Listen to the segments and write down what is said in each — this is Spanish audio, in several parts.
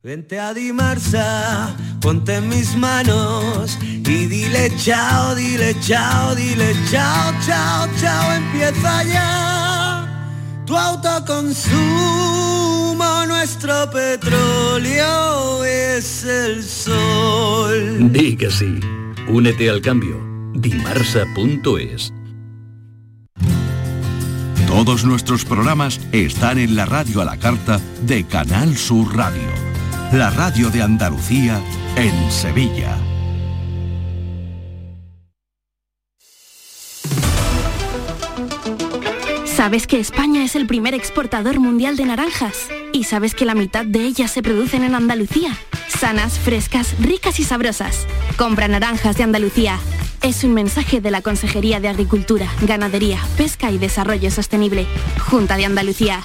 Vente a Dimarsa, ponte en mis manos y dile chao, dile chao, dile chao, chao, chao, empieza ya. Tu autoconsumo, nuestro petróleo es el sol. Di que sí, únete al cambio, dimarsa.es. Todos nuestros programas están en la radio a la carta de Canal Sur Radio la radio de Andalucía en Sevilla. ¿Sabes que España es el primer exportador mundial de naranjas? ¿Y sabes que la mitad de ellas se producen en Andalucía? Sanas, frescas, ricas y sabrosas. Compra naranjas de Andalucía. Es un mensaje de la Consejería de Agricultura, Ganadería, Pesca y Desarrollo Sostenible. Junta de Andalucía.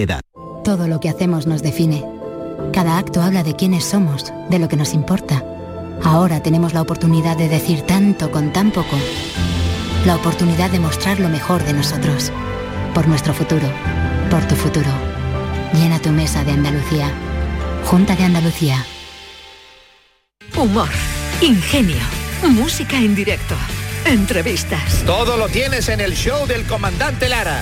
edad. Todo lo que hacemos nos define. Cada acto habla de quiénes somos, de lo que nos importa. Ahora tenemos la oportunidad de decir tanto con tan poco. La oportunidad de mostrar lo mejor de nosotros. Por nuestro futuro. Por tu futuro. Llena tu mesa de Andalucía. Junta de Andalucía. Humor. Ingenio. Música en directo. Entrevistas. Todo lo tienes en el show del comandante Lara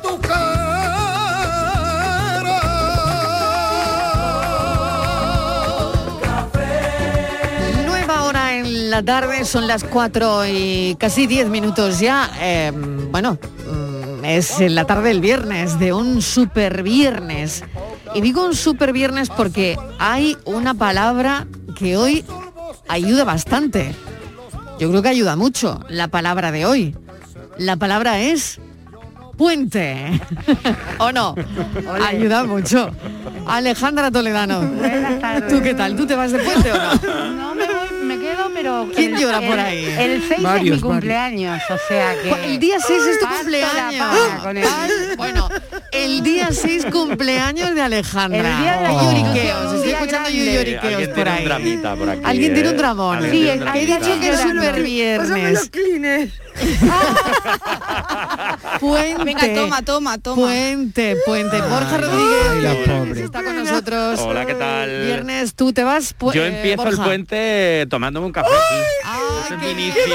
tu Nueva hora en la tarde, son las 4 y casi 10 minutos ya. Eh, bueno, mm, es en la tarde del viernes, de un super viernes. Y digo un super viernes porque hay una palabra que hoy ayuda bastante. Yo creo que ayuda mucho la palabra de hoy. La palabra es puente. ¿O no? Ayuda mucho. Alejandra Toledano. ¿Tú qué tal? ¿Tú te vas de puente o no? No me voy, me quedo, pero. ¿Quién el- llora por el- ahí? El 6 Varios, es mi varios. cumpleaños, o sea que. El día 6 es tu Paso la cumpleaños. pana con el- Ay, bueno, el día 6 cumpleaños de Alejandra. El día de la Oh. lloriqueos, Lloriqueos, un Estoy día escuchando yo grande. lloriqueos por ahí. dramita por aquí. eh. Alguien tiene un dramón. Alguien tiene un he dramita. dicho que es super viernes. Puente. Venga, toma, toma, toma. Puente, puente. Borja Rodríguez está con nosotros. Ah, Hola, ¿qué tal? Viernes, tú te vas. pues, pu- Yo eh, empiezo el Borja. puente tomándome un café. Ese es mi inicio, es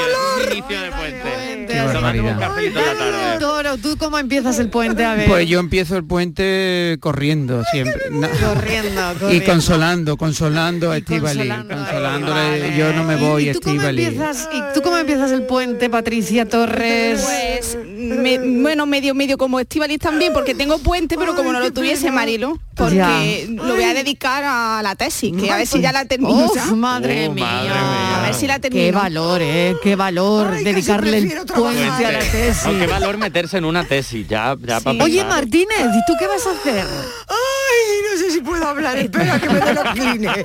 mi inicio de puente. Tomándome un cafecito en la tarde. Toro, ¿tú cómo empiezas el puente? A ver. Pues yo empiezo el puente corriendo siempre. Na- Corriendo, Y corriendo. consolando, consolando a Estivali, consolándole, yo no me voy, Estivali. empiezas- ¿Y tú cómo empiezas el puente, Patricia Torres? Pues, me- bueno, medio, medio como estivalis también, porque tengo puente, pero como no lo tuviese Marilo, porque Ya. lo voy a dedicar a la tesis, que a ver si ya la termino. Uf, ¿sabes? Oh, Oh, madre, mía. A ver si la este termino. Qué valor, eh, qué valor dedicarle el puente a la tesis. Aunque valor meterse en una tesis, ya, ya para Oye, Martínez, ¿y tú qué vas a hacer? Ay, no sé si puedo hablar, espera que me dé los clines.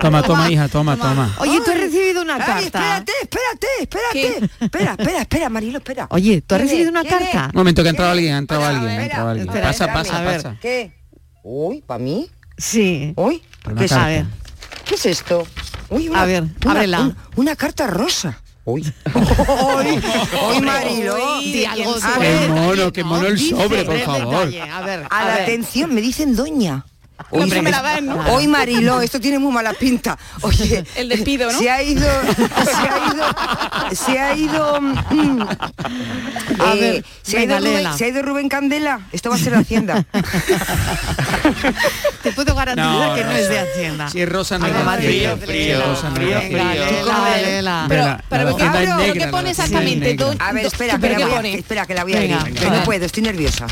Toma, toma, hija, toma, toma. Oye, tú has recibido una Ay, carta. espérate, espérate, espérate. Espera, espera, espera, Marilo, espera. Oye, ¿tú has ¿Quién es? recibido una ¿Quién es? carta? Un momento que ha entrado alguien, ha entrado alguien, ha entrado alguien. espera, Pasa, espérame. pasa, A ver. pasa. ¿Qué? Uy, ¿para mí? Sí. Uy, Una ¿qué es, carta. a ver. ¿Qué es esto? Uy, una, A ver, una- ábrela. un- una carta rosa. Uy. Uy, uy, Marilo. Di algo, A sobre- Qué mono, qué mono el Dice, sobre, por detalle, favor. A ver, A la ver. atención, me dicen doña. Hoy, Hombre, que- Claro. Mariló, esto tiene muy mala pinta. Oye, el despido, ¿no? Se ha ido, se ha ido, se ha ido. mm, A eh, ver, se ha ido, venga, Rubén, léela. se ha ido Rubén Candela. Esto va a ser Hacienda. Te puedo garantizar No, que no, no. es de Hacienda. Si es rosa no A es ver, Madrid. frío, Si es rosa no es frío, Madrid. frío. Tú cómo Vela, ves. vela. Pero- La- pero la porque- hacienda es claro, ¿qué negra, la hacienda pone exactamente? es negra. Do- A ver, do- espera, que ¿pero la, qué voy a, pone? espera, que la voy a Venga, abrir. venga. No puedo, estoy nerviosa.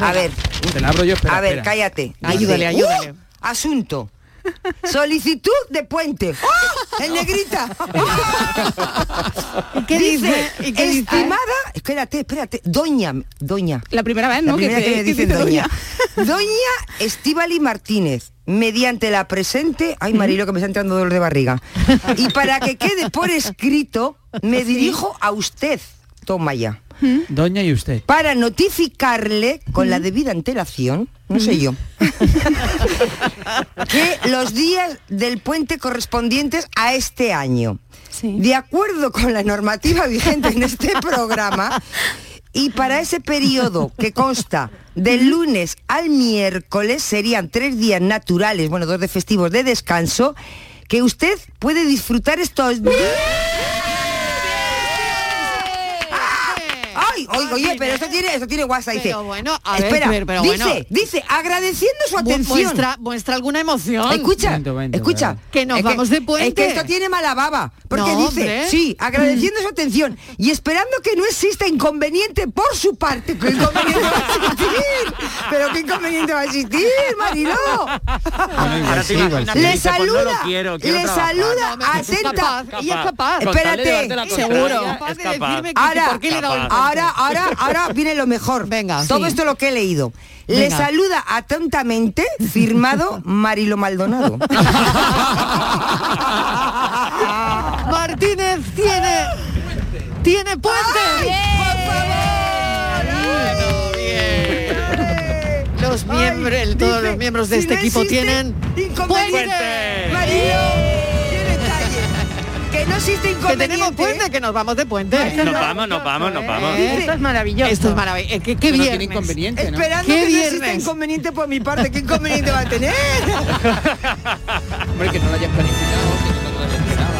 A ver. Te la abro yo, espera, a ver, espera. cállate. Ayúdale, Uh, ayúdale. asunto. Solicitud de puente. ¡Oh! En negrita. ¿Y qué dice? ¿Y qué dice? estimada, espérate, espérate, doña, doña. La primera vez, La ¿no? primera te- que me dicen dice doña. Doña Estivali Martínez, mediante la presente, ay Marilo que me está entrando dolor de barriga. Y para que quede por escrito, me dirijo a usted. Toma ya. ¿Mm? Doña y usted. Para notificarle con la debida antelación, no sé yo, que los días del puente correspondientes a este año. De acuerdo con la normativa vigente en este programa, y para ese periodo que consta del lunes al miércoles serían tres días naturales, bueno, dos de festivos de descanso, que usted puede disfrutar estos días. ¡Ay! Oye, oye, pero esto tiene, esto tiene guasa, dice. ¿eh? Pero bueno, a ver, espera, pero- pero dice, bueno. dice, agradeciendo su atención. Muestra, muestra alguna emoción. Escucha, escucha. Que nos Es vamos de puente. Es que esto tiene mala baba. Porque No, dice, hombre. sí, agradeciendo su atención y esperando que no exista inconveniente por su parte. ¿Qué inconveniente va a existir? ¿Pero qué inconveniente va a existir, Mariló? Ah, Ahora te imaginas que Le dice, pues, no saluda, lo quiero, quiero le trabajar. saluda, No, hombre, es atenta. capaz, y es capaz. Con tal de llevarte la contraria, Espérate, seguro. es capaz. que- Ahora, ¿por qué le he dado el puente? ahora, ahora, ahora viene lo mejor. Venga. Todo sí. esto lo que he leído. Le Venga. saluda atentamente, firmado Marilo Maldonado. Martínez tiene tiene puente. Por favor. Los miembros, el- todos los miembros de si este no equipo existe tienen inconveniente. Marilo, qué detalle. Que no existe que inconveniente. ¿eh? tenemos puente, que nos vamos de puente. Nos vamos, nos vamos, nos vamos. ¿Eh? Esto es maravilloso. Esto es maravilloso. Eh, ¿Qué, qué Eso no viernes? tiene inconveniente, ¿no? Esperando ¿Qué que no exista viernes? inconveniente por mi parte, ¿qué inconveniente va a tener? Hombre, que no la hayas planificado.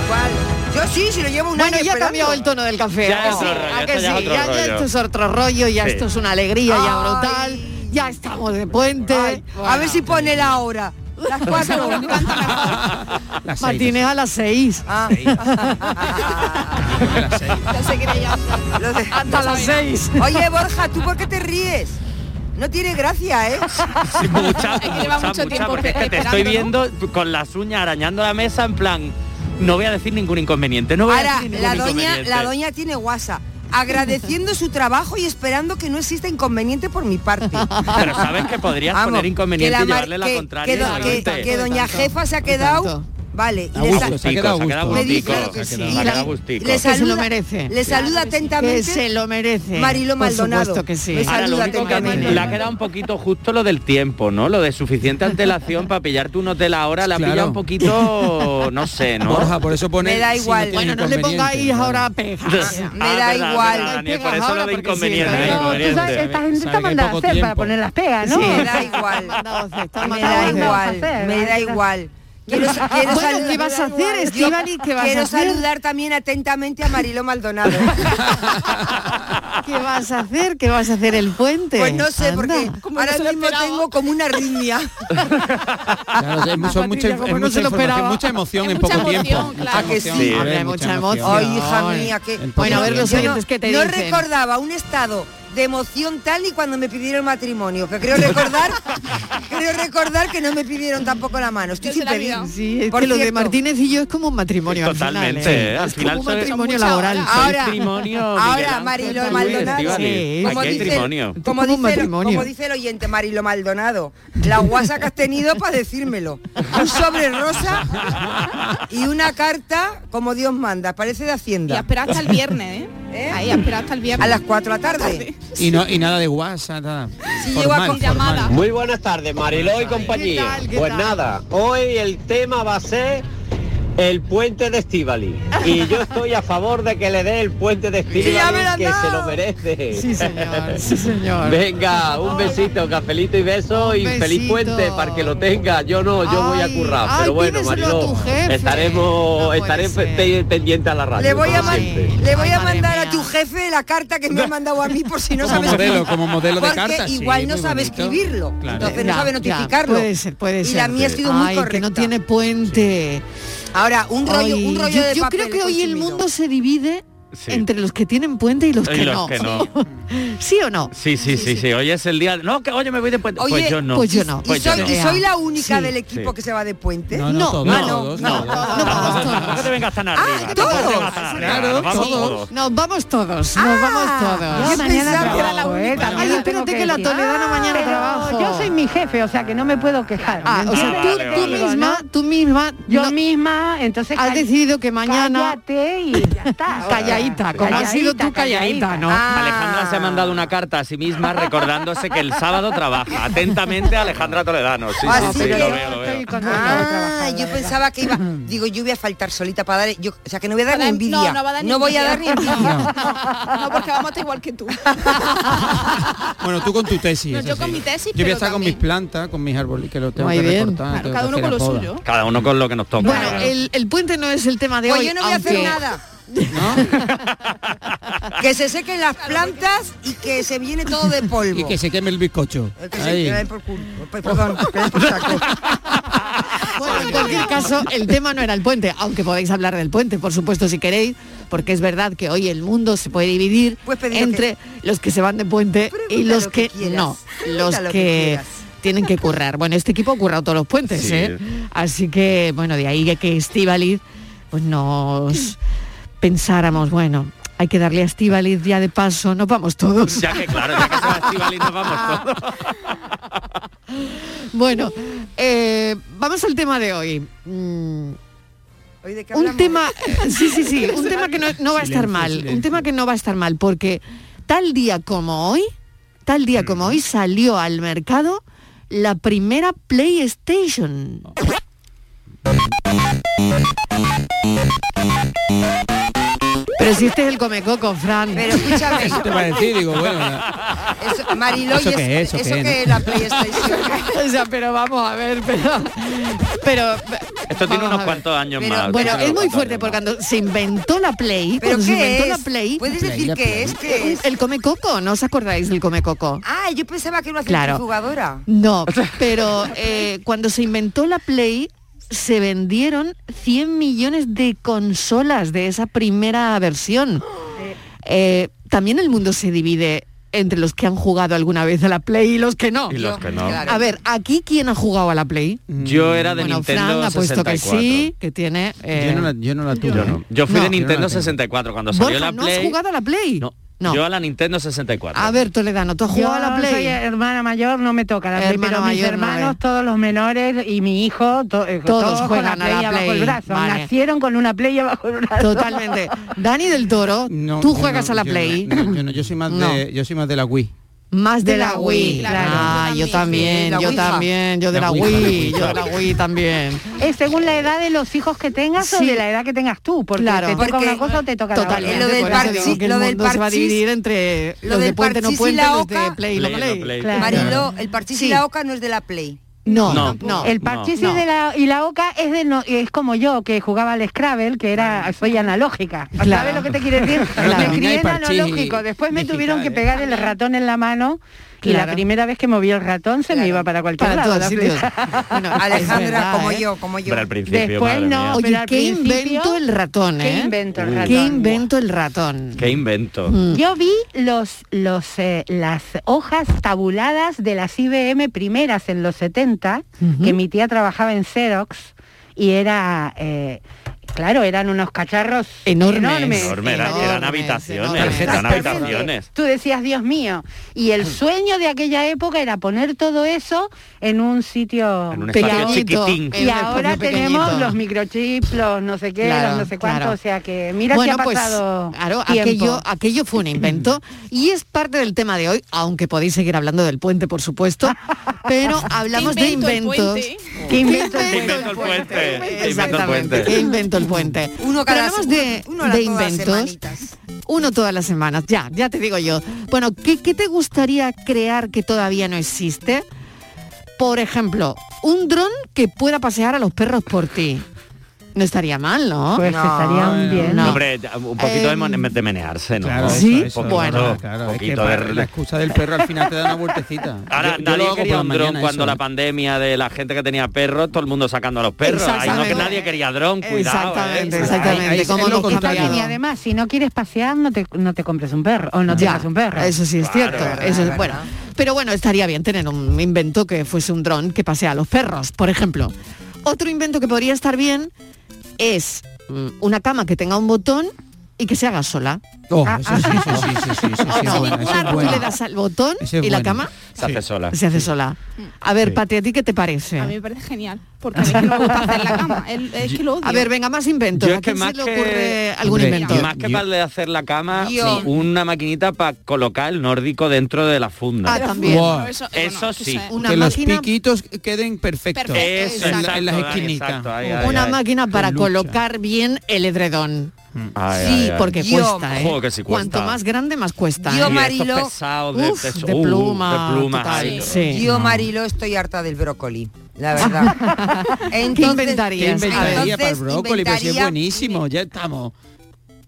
¿Cuál? Yo Sí, si lo llevo un bueno, año ya ha esperando. cambiado el tono del café. Ya ¿a que es sí? otro ¿A rollo, que esto ya es sí? otro Ya- ya rollo. esto es otro rollo, ya Sí. esto es una alegría, ya Ay. brutal. Ya estamos de puente. A ver si pone la hora. Las cuatro. Martínez a las seis. Ah. Hasta las seis. Oye, Borja, ¿tú por qué te ríes? No tiene gracia, ¿eh? Mucha, que mucha, lleva mucho mucha, tiempo porque es que te estoy esperando, viendo con las uñas arañando la mesa en plan, no voy a decir ningún inconveniente, no voy a Ahora, decir ningún la doña, inconveniente. la doña tiene guasa. Agradeciendo su trabajo y esperando que no exista inconveniente por mi parte. Pero sabes que podrías Vamos, poner inconveniente que y mar- llevarle la que- contraria. que do- que- igualmente. que doña jefa se ha quedado. Vale, y A le gusto, sa- se ha quedado a gusto. Me dice, Claro claro que que sí. sí. Y Se ha la- quedado a gustico. Le Que se saluda, lo merece. Le saluda Claro que sí. atentamente. Que se lo merece. Marilo Por supuesto Maldonado. que sí. Le Ahora, lo saluda único Pues que atentamente. le ha quedado un poquito justo lo del tiempo, ¿no? Lo de suficiente antelación para pillarte un hotel ahora, la pilla Claro. un poquito, no sé, ¿no? Borja, por eso pone Me da si no igual. tiene Bueno, no le inconveniente. Ahí ahora pega. Ah, Me da igual. por eso lo de inconveniente. inconveniente. esta gente está mandada a hacer para poner las pegas, ¿no? Me da igual. Me da igual. Me da igual. Quiero, sa- quiero Bueno, saludar- ¿qué vas a hacer, Yo Estíbaliz? ¿Qué vas a Quiero hacer? saludar también atentamente a Marilo Maldonado. ¿Qué vas a hacer? ¿Qué vas a hacer el puente? Pues no sé, Anda. porque ahora mismo tengo como una arritmia. Claro, es mu- son mucha, es como no mucha se información, lo esperaba. mucha emoción Es en mucha poco emoción, tiempo. claro. ¿A que sí? Sí, Hombre, hay mucha Ay, hija mía, que En poco tiempo. no, no recordaba un estado de emoción tal y cuando me pidieron matrimonio, que creo recordar, creo recordar que no me pidieron tampoco la mano. Estoy sin pedir. Sí, es Por que lo de cierto. Martínez y yo es como un matrimonio. al final, Totalmente, ¿eh? al Es final como un soy- matrimonio son muchas laboral. horas. Soy trimonio, Miguel ahora Ángel, Marilo tú, Maldonado. Estíbaliz. Sí. Aquí hay dice el- trimonio. como Como un dice el- matrimonio. como dice el oyente Marilo Maldonado, la guasa que has tenido para decírmelo. Un sobre rosa y una carta como Dios manda, parece de Hacienda. Y espera hasta el viernes, ¿eh? Ahí, espera hasta el viernes. A las 4 de la tarde. Y, no, y nada de WhatsApp, nada. Sí, Formal, lleva con formal. llamada. Muy buenas tardes, Mariló y compañía. qué pues tal? nada, hoy el tema va a ser el puente de Estivali. Y yo estoy a favor de que le dé el puente de Sí, ya me lo Estivali, han que se lo dado. merece. Sí, señor, sí, señor. Venga, un besito, cafelito y beso y feliz besito. puente para que lo tenga. Yo no, yo voy a currar, ay, pero bueno, pídeselo a tu Mariló, jefe. estaremos, estaremos pendiente a la radio. Le voy a como man- siempre. Le voy a mandar a tu jefe la carta que me ha mandado a mí por si no Como sabes modelo, como modelo de Porque cartas, sí, igual no muy sabe bonito. escribirlo. Claro. Entonces no Ya, sabe ya, notificarlo. puede ser, puede y ser. la mía ha sido muy Ay, correcta. que no tiene puente. Ahora, un rollo- un rollo yo, de yo papel creo que hoy el consumido. mundo se divide entre los que tienen puente y los Y que los no. que no. ¿Sí o no? Sí, sí, sí, sí. Hoy es el día. No, que oye, me voy de puente. Oye, pues yo no. pues yo no. Y, soy, y soy la única Sí, del equipo sí. que se va de puente. No, no, No, todos, Ah, todos, no, Tampoco te vengas tan arriba. tampoco te vengas tan arriba, nos vamos todos. Nos vamos todos, Ah. nos vamos todos. yo mañana pensaba que era la trabajo, única, ¿eh? también Ay, lo tengo espérate que que la decir. Toledana mañana Pero trabajo. yo soy mi jefe, o sea que no me puedo quejar. Ah, o sea, tú, tú misma, tú misma, Yo misma, entonces has call- decidido que mañana cállate y ya está. calladita, como has sido tú calladita, ¿no? Alejandra se ha mandado una carta a sí misma recordándose que el sábado trabaja. Atentamente, Alejandra Toledano. Sí, sí, Así sí, que- lo veo, lo veo. Ah, yo pensaba que iba, digo, yo voy a faltar solita para dar, yo, o sea, que no voy a dar ni envidia, No, no va a dar ni voy a envidia. dar ni envidia. No, no, porque vamos a estar igual que tú. Bueno, tú con tu tesis. No, eso yo con sí. mi Yo tesis, voy a pero estar con mis plantas, con mis árboles que los tengo Muy que bien. recortar. Claro, tengo cada que uno con hacer lo la poda. suyo. Cada uno con lo que nos toca. Bueno, el, el puente no es el tema de Pues hoy. yo no voy a hacer aunque- nada. Que se sequen las plantas y que se viene todo de polvo. Y que se queme el bizcocho. Que se- Ahí. que den por culo. Pues, perdón, que den por saco. Bueno, en cualquier caso, el tema no era el puente, aunque podéis hablar del puente, por supuesto, si queréis, porque es verdad que hoy el mundo se puede dividir pedid Pues lo entre los que se van de puente y los que, no, los lo que que quieras. tienen que currar. Bueno, este equipo ha currado todos los puentes, Sí. ¿eh? Así que, bueno, de ahí que Estivaliz, pues nos pensáramos, bueno, hay que darle a Estivaliz ya de paso, nos vamos todos. Ya que claro, ya que se va Estíbaliz, nos vamos todos. Bueno, eh, vamos al tema de hoy. Mm, Oye, ¿de qué un hablamos? tema, eh, sí, sí, sí, un tema que no, no va a estar Silencio, mal, silencio. un tema que no va a estar mal, porque tal día como hoy, tal día Mm. como hoy salió al mercado la primera PlayStation. Pero existe el comecoco, Fran. Pero escúchame. Eso te va a decir, digo, bueno, Eso, Mariló, ¿Eso y qué es? ¿Eso qué es, no? la PlayStation. o sea, pero vamos a ver, pero... pero Esto tiene unos cuantos años pero, más. bueno, tiene es unos muy cuantos fuerte porque cuando se inventó la Play, ¿Pero cuando se qué inventó es? la Play, ¿Puedes decir la qué es? ¿Qué Un- es? El come coco, ¿no os acordáis del come coco? Ah, yo pensaba que era una Claro. jugadora. No, pero eh, cuando se inventó la Play se vendieron 100 millones de consolas de esa primera versión. Eh, también el mundo se divide entre los que han jugado alguna vez a la Play y los que no. Y los que no. A ver, ¿aquí quién ha jugado a la Play? Yo era de bueno, Nintendo Fran ha puesto que 64. sí, que tiene... eh, yo, no la, yo no la tuve. Yo, Yo fui No. de Nintendo Yo no la tengo. 64 cuando Borja, salió la ¿no has Play. jugado a la Play? no. Ah. Yo a la Nintendo 64. A ver, Toledano, ¿tú has jugado a la Play? soy hermana mayor, no me toca la Play, Hermano pero mis mayor, no, hermanos, ven. todos los menores y mi hijo, to- eh, Todos con juegan a la abajo Play, el brazo. vale. Nacieron con una Play abajo el brazo. Totalmente. Dani del Toro, tú yo juegas no, a la yo Play. no, no, yo, no, yo soy más de, yo soy más de la Wii. Más de, la Wii, claro. Ah, yo sí, también, la yo Ouija. también, yo de La la Ouija, la Wii, yo Ouija. de la Wii también. Es según la edad de los hijos que tengas o Sí. de la edad que tengas tú, porque Claro. te toca Porque- una cosa o te toca Totalmente. la otra. por eso digo que el lo del mundo se va a parchís- dividir entre lo los de del puente no parchís y puente, la los de oca. Play y no Play, Play. no Play. Claro. Mariló, el parchís y la oca no es de la Play. No, No, no, no. El parchís y de la, y la oca es de no- es como yo que jugaba al Scrabble, que era soy analógica. ¿Sabes Claro. lo que te quiere decir? Claro. Me También crié hay en parchís analógico, después me tuvieron que pegar el ratón en la mano y la Claro. primera vez que moví el ratón se me iba para cualquier Para lado. todos la sitios. flecha. Alejandra, verdad, como ¿eh? yo, como yo. Pero al principio, Después madre no. mía. Pero Oye, al qué principio- invento el ratón, qué ¿eh? invento el Qué ratón. invento el ratón. Qué invento. Mm. Yo vi los, los, eh, las hojas tabuladas de las IBM primeras en los 70, que mi tía trabajaba en Xerox y era, eh, claro, eran unos cacharros Enormes. enormes. Enorme, eran, eran Enormes, habitaciones. enormes. Eran Exactamente. habitaciones. Tú decías, Dios mío, y el sueño de aquella época era poner todo eso en un sitio En un espacio chiquitín. Y En un ahora espacio tenemos pequeñito. los microchips, los no sé qué, los Claro, no sé cuánto, claro. o sea que mira si ha pasado Pues, claro, tiempo. aquello, aquello fue un invento y es parte del tema de hoy, aunque podéis seguir hablando del puente, por supuesto, pero hablamos de invento el inventos. puente? ¿Qué invento ¿Qué el invento Inventó el puente. Inventó el Exactamente, que puente. inventó el puente. Uno cada Pero hablamos se- de, uno a la de todas las inventos. semanitas. Uno todas las semanas, ya, ya te digo yo. Bueno, ¿qué, qué te gustaría crear que todavía no existe? Por ejemplo, un dron que pueda pasear a los perros por ti. No estaría mal, ¿no? Pues estaría un bien. No. Hombre, un poquito de mon- de menearse, ¿no? Claro, Un eso, poquito, eso, un claro, poquito, claro, es un que poquito para- de... la excusa del perro al final te da una vueltecita. Ahora, Yo- yo lo nadie hago por quería la un dron mañana, cuando eso. la pandemia de la gente que tenía perros, todo el mundo sacando a los perros. Ahí no que Exactamente. nadie quería dron, cuidado. Exactamente, ¿eh? exactamente. Ahí- ahí como es lo nos contrario. cambiaron. Y además, si no quieres pasear, no te, no te compres un perro o no te Ya, compras un perro. Eso sí es Claro, cierto. verdad, eso es verdad. bueno. Pero bueno, estaría bien tener un invento que fuese un dron que pasea a los perros, por ejemplo. Otro invento que podría estar bien es mm, una cama que tenga un botón y que se haga sola. Ah, Oh, eso sí, eso sí, eso sí, eso sí, es O sea, bueno, eso es claro, tú bueno. le das al botón Ese es y la bueno. cama Se hace sola. se hace sola. A ver, Pati, ¿a ti qué A te mí parece? me parece genial, porque a mí es que no me gusta hacer la cama, el- es que lo odio. A ver, venga, más inventos. Yo ¿A es que quién más se le que- ocurre algún Hombre, invento? Más que Yo- para el de hacer la cama, Guión. una maquinita para colocar el nórdico dentro de la funda. Ah, también. Wow. Eso, Eso sí. Una que máquina- los piquitos queden perfectos Eso, en, la- en las exacto, Dani, esquinitas. exacto, ahí, Oh, ahí, Una ay. máquina para lucha. colocar bien el edredón. Ay, sí, ay, ay. porque Yo- cuesta, ¿eh? Joder, que sí cuesta. Cuanto más grande, más cuesta. Yo, ¿eh? ma- Y estos Marilo, pesados de, Uf, techo- de uh, pluma, de pluma, total, ay, sí. Ah. Yo, Marilo, estoy harta del brócoli, la verdad. Entonces, inventarías? ¿Qué inventaría Entonces, para el brócoli? Pero si es inventaría- buenísimo, ya estamos.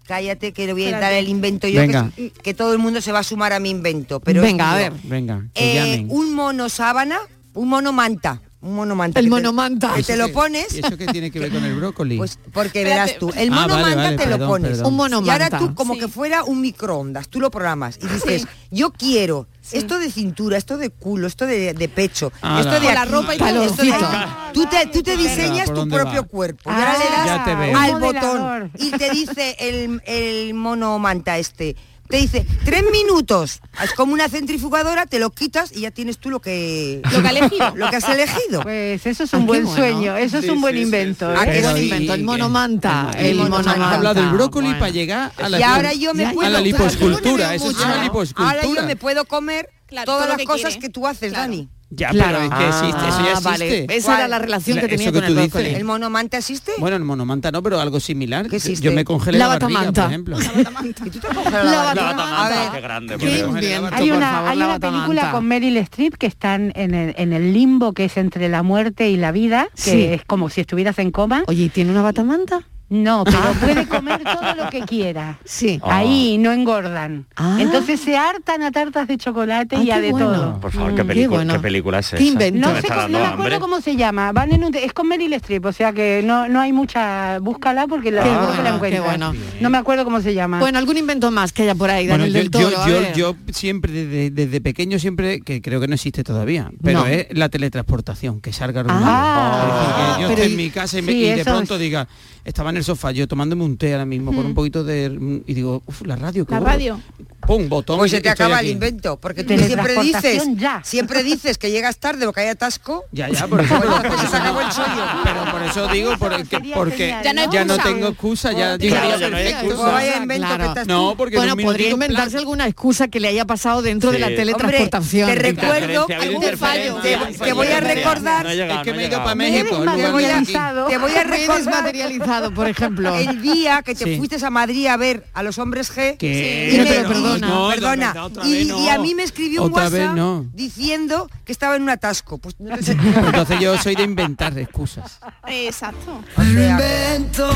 Cállate que le voy a dar el invento yo, Venga. que, que todo el mundo se va a sumar a mi invento. Pero Venga, es a mío. ver. Venga, que Eh, llamen. un mono sábana, un mono manta. Un mono manta. El que te- mono manta. que ¿Eso te lo pones, ¿Y eso qué tiene que ver con el brócoli? pues porque verás tú. El Ah, mono vale, manta vale, te lo perdón, pones. perdón. Un mono Y ahora manta. tú, como que fuera un microondas, tú lo programas y dices, yo quiero esto de cintura, esto de culo, esto de, de pecho, Ah, esto la- de Con la ropa y todo esto de Calorcito. ahí. Tú te, tú te diseñas ¿por tu dónde va? propio Ah, cuerpo. Y ahora le das Ya te veo. al Un botón modelador. y te dice el, el mono manta este. Te dice, tres minutos. Es como una centrifugadora, te lo quitas y ya tienes tú lo que, Lo que ha elegido. lo que has elegido. Pues eso es Ah, un qué buen bueno. sueño, eso es un buen invento. Ah, ¿eh? qué Pero buen el y- invento, el mono manta, El el mono mono manta. manta. Habla Ah, del brócoli Bueno. para llegar a la, Y ahora yo me Ya, ya, puedo a la Claro, liposcultura. yo no Eso es una leo mucho. Ahora yo liposcultura. me puedo comer Claro, todas todo lo las que cosas quiere. que tú haces, Claro. Dani. Ya, Claro. pero es que existe, eso ya Ah, existe. vale. Esa era la relación que Eso tenía con tú el dices. brócoli. ¿El monomante existe? Bueno, el monomanta no, pero algo similar. Yo me congelé la, La barriga, batamanta. por ejemplo. La batamanta, A ver, qué grande. Qué por Dios. Hay una, hay una película con Meryl Streep que están en el, en el limbo que es entre la muerte y la vida, que Sí. es como si estuvieras en coma. Oye, ¿tiene una batamanta? No, pero puede comer todo lo que quiera. Sí. Ahí no engordan. Ah. Entonces se hartan a tartas de chocolate y a de todo. Por favor, Mm, ¿qué, qué película, bueno. ¿qué película es esa? Qué invento. Que No me sé está cómo- no dando me acuerdo hambre. cómo se llama. Van en un- es con Meryl Streep, o sea que no, no hay mucha. Búscala porque la, Qué seguro que bueno, la Ah, qué encuentras. bueno. No me acuerdo cómo se llama. Bueno, algún invento más que haya por ahí, Bueno, yo, Daniel del Toro. yo- a yo- ver. yo siempre, desde, desde pequeño, siempre, que creo que no existe todavía, pero No. es la teletransportación, que salga Rubén. Ah. Es decir, que yo Pero esté y- en mi casa y, me- sí, y de eso pronto es- diga, estaba en el sofá, yo tomándome un té ahora mismo con un poquito de... mm, y digo, uff, la radio, qué La bueno". radio. Pum, botón. Pues se y te estoy acaba aquí. el invento, porque tú siempre dices, Teletransportación ya. siempre dices que llegas tarde o que hay atasco. Ya, ya, por eso, Bueno, pues se acabó el chollo. pero por eso digo, porque, porque Ya no hay ya no excusa. tengo excusa, ya Claro, llegaría ya no hay perfecto. excusa. Pues vaya invento que estás No, tú. porque en bueno, un minutito podría en plan- inventarse alguna excusa que le haya pasado dentro de la Sí. teletransportación. Hombre, te recuerdo Interferencia, algún interferencia. fallo. Te, te voy a recordar. No he llegado, Es que no he me he ido llegado. pa' México, Te voy a- desmaterializado. Te voy a Me he recordar. desmaterializado, por ejemplo. El día que te Sí. fuiste a Madrid a ver a los hombres G. ¿Qué? y No me- te lo perdona. y- No, perdona. no, no, otra y, vez no. y a mí me escribió un Otra WhatsApp vez no. diciendo que estaba en un atasco. Pues no te sé- Entonces yo soy de inventar excusas. Exacto. invento.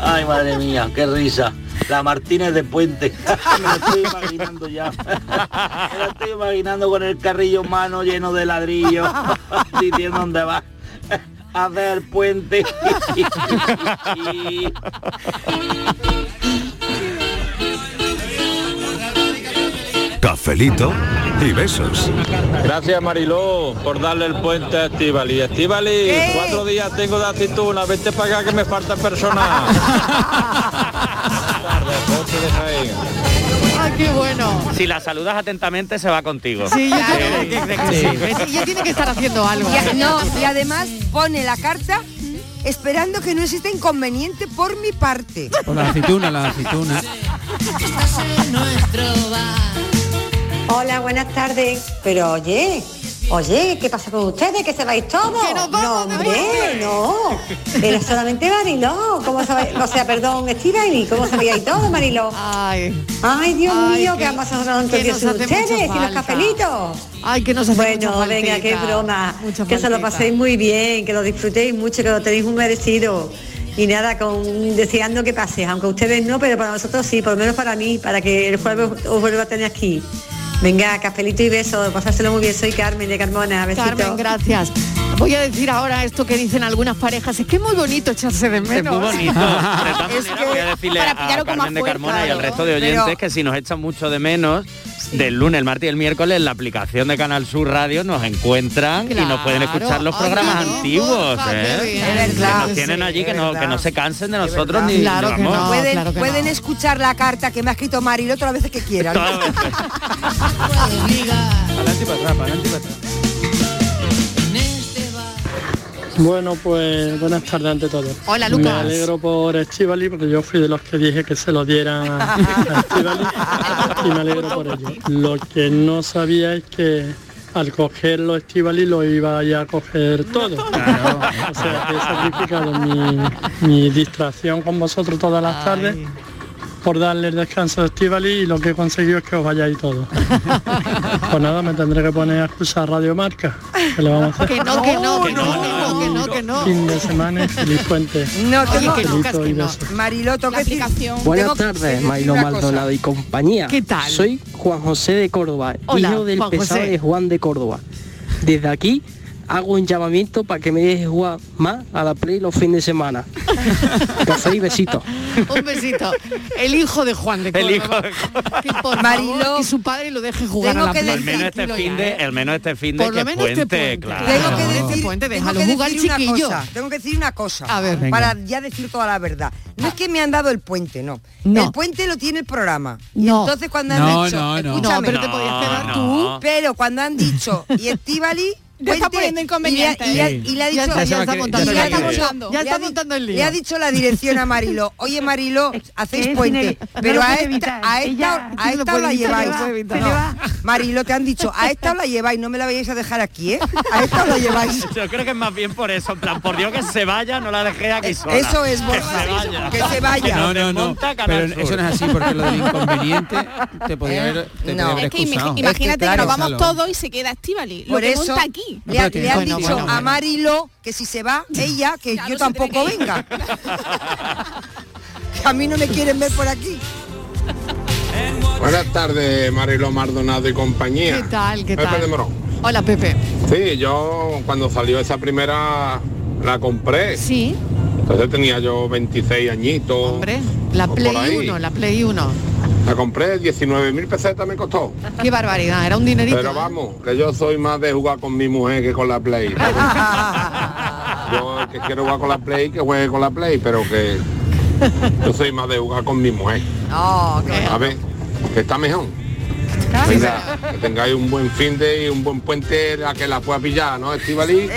Ay, madre mía, qué risa. La Martínez de Puente. Me lo estoy imaginando ya. Me lo estoy imaginando con el carrillo en mano lleno de ladrillo. Diciendo dónde va. A ver el puente. Cafelito y besos. Gracias Mariló por darle el puente a Estivali. Estivali, ¿Qué? cuatro días tengo de aceituna, Ah, vete para acá que me falta personal. Ah, qué bueno. Si la saludas atentamente, se va contigo. Eh, Sí, yo creo Sí. Sí, ya tiene que estar haciendo algo. Y a- no, y además pone la carta esperando que no exista inconveniente por mi parte. Por la aceituna, la aceituna. Hola, buenas tardes. Pero oye, oye, ¿qué pasa con ustedes? ¿Que se vais todos? no, hombre, no. Era solamente Mariló. ¿Cómo sabe- O sea, perdón, Estivali, ¿cómo sabíais todo, Mariló? Ay. Ay, Dios Ay, mío, que- que han pasado tanto que tiempo nos sin hace mucha ustedes y los falta. cafelitos. Ay, que nos hace Bueno, mucha venga, qué faltita, broma. mucha Que se lo faltita. paséis muy bien, que lo disfrutéis mucho, que lo tenéis un merecido. Y nada, con, deseando que pases, aunque ustedes no, pero para nosotros sí, por lo menos para mí, para que el jueves os vuelva a tener aquí. Venga, cafelito y besos, pasárselo muy bien. Soy Carmen de Carmona, besito. Carmen, gracias. Voy a decir ahora esto que dicen algunas parejas. Es que es muy bonito echarse de menos. Es muy bonito. De todas maneras, voy a decirle para a pillaros como Carmen de afuera, Carmona y al claro. resto de oyentes Pero- que si nos echan mucho de menos, del lunes, el martes y el miércoles, la aplicación de Canal Sur Radio nos encuentran y nos pueden escuchar los programas antiguos. ¿eh? bien. Es Que verdad. nos tienen allí, que no, que no se cansen de nosotros ni Claro que vamos. no, pueden pueden escuchar la carta que me ha escrito Marilo todas las veces que quieran. Adelante y para atrás, adelante y para atrás. Bueno, pues buenas tardes ante todo. Hola, Me Lucas. alegro por Estivali porque yo fui de los que dije que se lo diera a Estivali y me alegro por ello. Lo que no sabía es que al cogerlo Estivali lo iba ya a coger todo. O sea, que he sacrificado mi, mi distracción con vosotros todas las tardes por darle el descanso a Estivali y lo que he conseguido es que os vayáis todos. pues nada, me tendré que poner a escuchar Radio Marca. Que lo vamos a hacer. Que no, que no, que no, que no, que no, que no. Fin de semana, feliz puente. No, Oye, tengo que no, que no. Marilo, tengo que decir- Buenas tengo que tardes, decir Mailo una cosa. Maldonado y compañía. ¿Qué tal? Soy Juan José de Córdoba, Hola, hijo del Juan pesado José. de Juan de Córdoba. Desde aquí hago un llamamiento para que me dejes jugar más a la play los fines de semana. Café y besitos. Un besito. El hijo de Juan de Córdoba. El hijo Que por favor, que su padre lo deje jugar a la play. al menos este fin de, al menos este fin de ¿eh? Por que lo es menos este puente, puente. claro. Tengo que decir- decir- puente, tengo déjalo que jugar, decir una chiquillo. cosa, Tengo que decir una cosa. A ver. Venga. Para ya decir toda la verdad. Ah. No es que me han dado el puente, no. No. El puente lo tiene el programa. Y No. entonces cuando han No, dicho, no, no. escúchame, No, pero te podías quedar No, no. tú. Pero cuando han dicho y Estivali Ya está puente poniendo y le- inconvenientes. Y le, ha- Sí. y le ha Ya dicho, está, ya está montando le ha el lío. dicho- Ya le ha está di- montando el lío. Le ha dicho la dirección a Mariló, oye Mariló, hacéis es puente, inevit- no pero lo a puede esta, evitar. a esta, Ella- hor- no a lo esta puede hora la evitar, se lleváis. le va, se le No. Mariló, te han dicho, a esta hora la lleváis, no me la vayáis a dejar aquí, ¿eh? A esta hora la lleváis. Yo creo que es más bien por eso, en plan, por Dios que se vaya, no la dejé Eh, aquí sola. Eso es, Que Borja, se vaya. que se vaya. No, no, no. Monta Canal Pero Sur. eso no es así, porque lo del inconveniente te podía haber, te podía Eh, No. haber Eh, Es que ima- excusado. imagínate que nos vamos Gonzalo. todos y se queda Estivali. Lo Por que eso monta aquí. le, ha- Pero le han bueno, dicho bueno, a bueno. Marilo que si se va ella, que yo tampoco venga. Que a mí no me quieren ver por aquí. Buenas tardes, Marilo Maldonado y compañía. ¿Qué tal? ¿Qué Pepe tal? de Morón. Hola, Pepe. Sí, yo cuando salió esa primera la compré. Sí. Entonces tenía yo 26 añitos. Hombre, La por Play ahí. 1, la Play 1. La compré, 19 mil pesetas me costó. Qué barbaridad, Ah, era un dinerito. ¿eh? Pero vamos, que yo soy más de jugar con mi mujer que con la Play. yo el que quiero jugar con la Play, que juegue con la Play, pero que yo soy más de jugar con mi mujer. No, que- A ver, que está mejor. Venga, que tengáis un buen fin de y un buen puente a que la pueda pillar, ¿no, Estivali?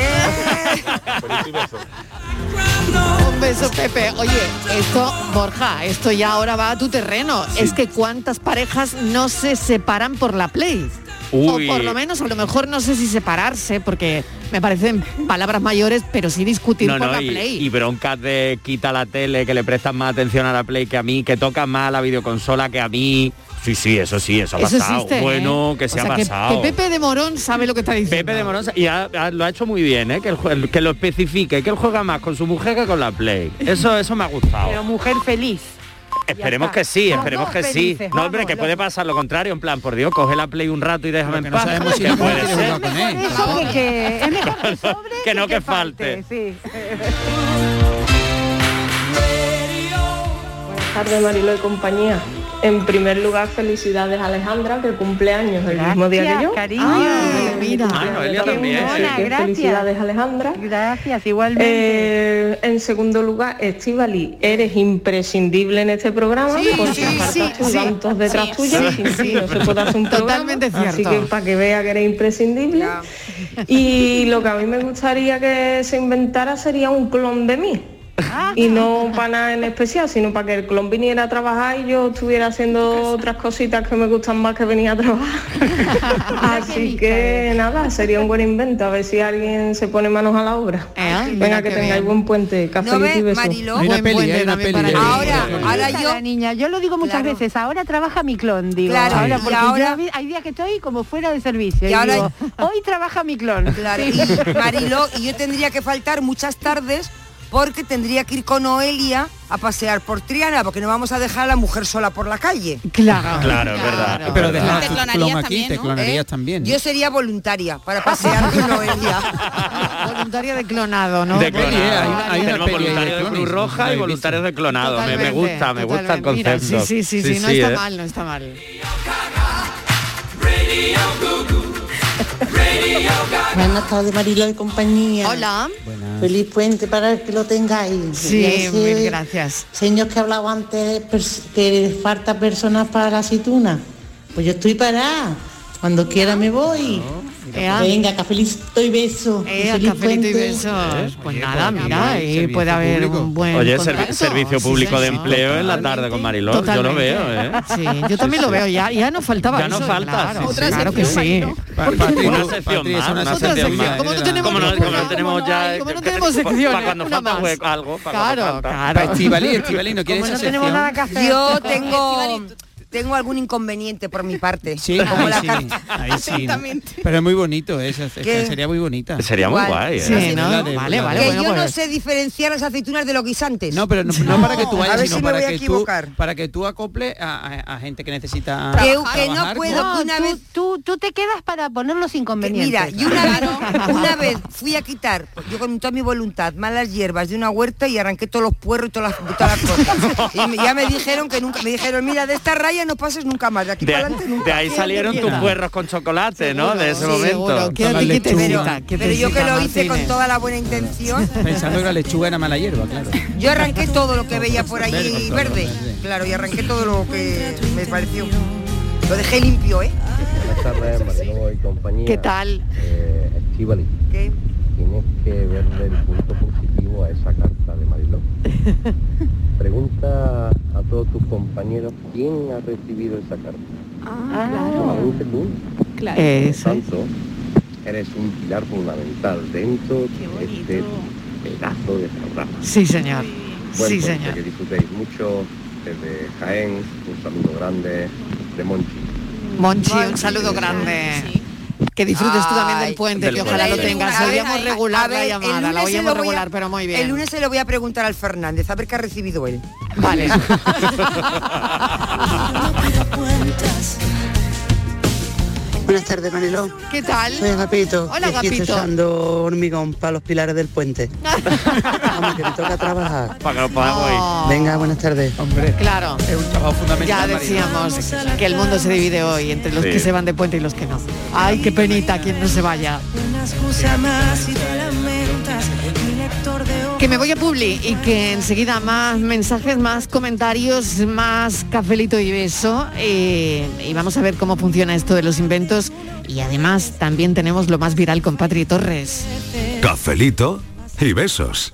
Un beso, Pepe. Oye, esto, Borja, esto ya ahora va a tu terreno. Es que cuántas parejas no se separan por la Play. Uy. O por lo menos, a lo mejor no sé si separarse, porque me parecen palabras mayores, pero sí discutir No, por no, la y, Play. y broncas de quita la tele, que le prestan más atención a la Play que a mí, que tocan más la videoconsola que a mí. Sí, sí, eso sí, eso ha Eso pasado. existe, ¿eh? bueno, que se O sea, ha que- pasado. Que, Pepe de Morón sabe lo que está diciendo. Pepe de Morón y ha- ha- lo ha hecho muy bien, ¿eh? que, el jue- que lo especifique, que él juega más con su mujer que con la Play. Eso, eso me ha gustado. Pero mujer feliz. Esperemos que sí, Los esperemos dos que sí. felices, No, hombre, que puede pasar lo contrario, en plan, por Dios, coge la play un rato y déjame en paz. que puede ser. Sobre que es mejor que sobre Que no y que falte. sí. Buenas tardes, Marilo y compañía. En primer lugar, felicidades a Alejandra, que cumple años el mismo día que yo. cariño. mira. Ah, Noelia también. Felicidades, Alejandra. Gracias, igualmente. Eh, en segundo lugar, Estivali, eres imprescindible en este programa Sí, porque sí, apartas sí, tus sí. tantos detrás Sí, tuyas sí, y sin ti sí. no se puede hacer un programa. Totalmente Así que cierto. para que vea que eres imprescindible. Y lo que a mí me gustaría que se inventara sería un clon de mí. Ah. Y no para nada en especial, sino para que el clon viniera a trabajar y yo estuviera haciendo otras cositas que me gustan más que venir a trabajar. Así que nada, sería un buen invento, a ver si alguien se pone manos a la obra. mira Venga, que qué tengáis bien. buen puente, café ¿No ves, y besos. Mariló? Hay una Buen peli, puente hay una también peli para de- ti. Ahora, Ahora yo la niña, yo lo digo muchas veces, ahora trabaja mi clon, digo. Claro, ahora y porque ahora- yo vi- hay días que estoy como fuera de servicio. Y Y, ahora- digo, hoy trabaja mi clon. Claro, Sí. y Mariló, y yo tendría que faltar muchas tardes porque tendría que ir con Noelia a pasear por Triana, porque no vamos a dejar a la mujer sola por la calle. Claro, claro, es verdad. Pero dejar Te tu clonarías clon aquí, también, te ¿no? clonarías ¿Eh? también. Yo sería voluntaria para pasear con Noelia. Voluntaria de clonado, ¿no? De clonado. Peli, eh, hay una- hay una Tenemos peli ahí de voluntarios de clones, Cruz no Roja la y he voluntarios de clonado. Ah, Me, me Totalmente, gusta, me gusta el totalmente. Mira, concepto. sí, sí, sí, sí, no está ¿eh? mal, no está mal. Buenas tardes, Marilo y compañía. Hola. Feliz puente para que lo tengáis. Sí, Y a ese mil gracias. Señor que hablaba antes pers- que falta personas para la aceituna. Pues yo estoy parada. Cuando quiera me voy. Ea. Venga, cafelito y beso. Pues Eh, feliz cafelito puente. y ¿Eh? besos. Pues nada, mira, ahí puede haber un buen Oye, servi- contacto. servicio Sí, público de señor. empleo en la tarde con Mariló, yo lo Totalmente. veo, ¿eh? Sí, yo también lo veo, ya, ya no faltaba Ya no eso, falta, sí, claro, sí. claro que sí. Una sección Patri, es más, una una sección sección más. más. Como no Como tenemos no- ninguna, como no tenemos ya... como no que- tenemos pa- secciones, Para cuando una falta más. hue- algo. para cuando Claro, falta. claro. Para Estivali, Estivali, ¿no quiere esa Como no sección? tenemos nada que hacer. Yo tengo tengo algún inconveniente por mi parte. Sí, como ahí la sí, carta. ahí sí, ¿no? Pero es muy bonito, esa sección, sería muy bonita. Sería muy guay, ¿eh? Sí, ¿no? La de- Vale, la vale, de- Que yo no sé diferenciar las aceitunas de los guisantes. pues. No, pero no, no para que tú A vayas, ver sino si me para, voy a que tú, equivocar. para que tú acoples a, a- a gente que necesita Que- que no trabajar, puedo No, una tú, vez- tú, tú te quedas para poner los inconvenientes. Mira, y una vez, una vez fui a quitar, yo con toda mi voluntad, malas hierbas de una huerta y arranqué todos los puerros y todas las, todas las cosas. Y me- ya me dijeron que nunca, me dijeron, mira, de esta raya no pases nunca más, de aquí De, para adelante nunca. de ahí salieron tus puerros con chocolate, ¿no? De ese momento. Con la lechuga. Pero yo que lo hice con toda la buena intención, Pensando que la lechuga era mala hierba, claro. yo arranqué todo lo que veía por allí Verde, verde. Claro, y arranqué todo lo que me pareció. Lo dejé limpio, ¿eh? Buenas tardes, Mariló y compañía. ¿Qué tal? Eh, Estivali. Tienes que verle el punto positivo a esa carta de Mariló. Pregunta a todos tus compañeros quién ha recibido esa carta. Ah, Solamente tú. Claro. Por tanto, eres un pilar fundamental dentro de este pedazo de programa. Sí, señor. Sí, puente, señor. Que disfrutéis mucho desde Jaén. Un saludo grande de Monchi. Monchi, un saludo grande. Que disfrutes tú también del Ay, puente, del que ojalá lo puente. tengas. A ver, Oíamos a- a regular ver, la el llamada, lunes la se lo oíamos voy a- regular, pero muy El bien. lunes se lo voy a preguntar al Fernández, a ver qué ha recibido él. Vale. Buenas tardes, Manilón. ¿Qué tal? Soy Agapito. Hola, y aquí Agapito. estoy echando hormigón para los pilares del puente. Vamos, que me toca trabajar. Oh. Para que para hoy. Venga, buenas tardes. Hombre. Claro. Es un trabajo Ya fundamental. decíamos que el mundo se divide hoy entre los Sí. que se van de puente y los que no. Ay, qué penita quien no se vaya. Una excusa más y te lamentas. Mi lector de Que me voy a Publi y que enseguida más mensajes, más comentarios, más cafelito y beso. eh, y vamos a ver cómo funciona esto de los inventos. Y además también tenemos lo más viral con Patri Torres. Cafelito y besos.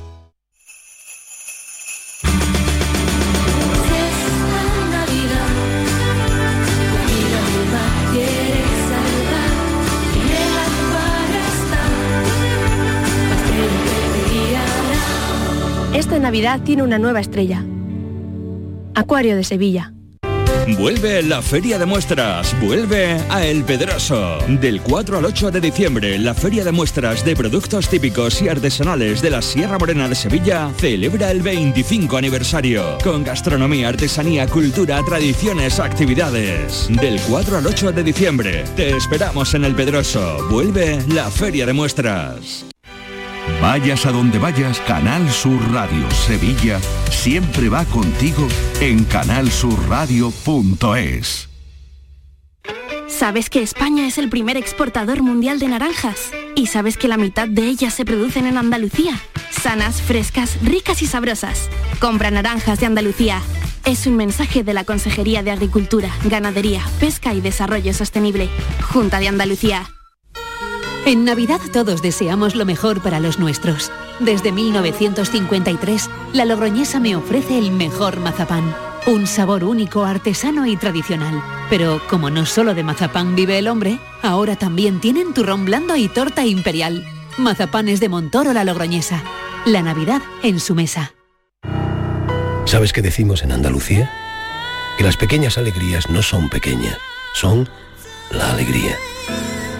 Esta Navidad tiene una nueva estrella. Acuario de Sevilla. Vuelve la Feria de Muestras, vuelve a El Pedroso. Del 4 al 8 de diciembre, la Feria de Muestras de Productos Típicos y Artesanales de la Sierra Morena de Sevilla celebra el 25 aniversario, con gastronomía, artesanía, cultura, tradiciones, actividades. Del 4 al 8 de diciembre, te esperamos en El Pedroso. Vuelve la Feria de Muestras. Vayas a donde vayas, Canal Sur Radio Sevilla siempre va contigo en canalsurradio.es. ¿Sabes que España es el primer exportador mundial de naranjas? ¿Y sabes que la mitad de ellas se producen en Andalucía? Sanas, frescas, ricas y sabrosas. Compra naranjas de Andalucía. Es un mensaje de la Consejería de Agricultura, Ganadería, Pesca y Desarrollo Sostenible. Junta de Andalucía. En Navidad todos deseamos lo mejor para los nuestros. Desde 1953, la Logroñesa me ofrece el mejor mazapán. Un sabor único, artesano y tradicional. Pero como no solo de mazapán vive el hombre, ahora también tienen turrón blando y torta imperial. Mazapanes de Montoro la Logroñesa. La Navidad en su mesa. ¿Sabes qué decimos en Andalucía? Que las pequeñas alegrías no son pequeñas, son la alegría.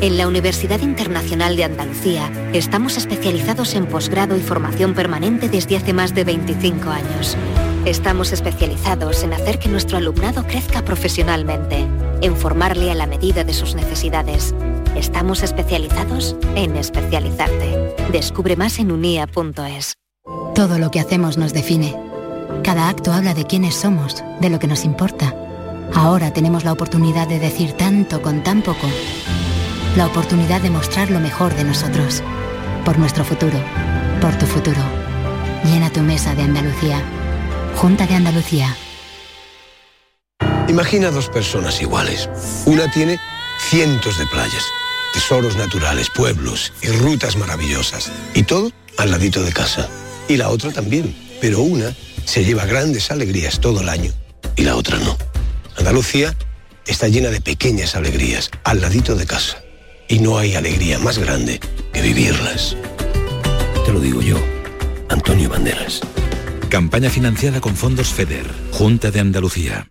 En la Universidad Internacional de Andalucía estamos especializados en posgrado y formación permanente desde hace más de 25 años. Estamos especializados en hacer que nuestro alumnado crezca profesionalmente, en formarle a la medida de sus necesidades. Estamos especializados en especializarte. Descubre más en unia.es. Todo lo que hacemos nos define. Cada acto habla de quiénes somos, de lo que nos importa. Ahora tenemos la oportunidad de decir tanto con tan poco. La oportunidad de mostrar lo mejor de nosotros. Por nuestro futuro. Por tu futuro. Llena tu mesa de Andalucía. Junta de Andalucía. Imagina dos personas iguales. Una tiene cientos de playas, tesoros naturales, pueblos y rutas maravillosas. Y todo al ladito de casa. Y la otra también. Pero una se lleva grandes alegrías todo el año. Y la otra no. Andalucía está llena de pequeñas alegrías al ladito de casa. Y no hay alegría más grande que vivirlas. Te lo digo yo, Antonio Banderas. Campaña financiada con fondos FEDER, Junta de Andalucía.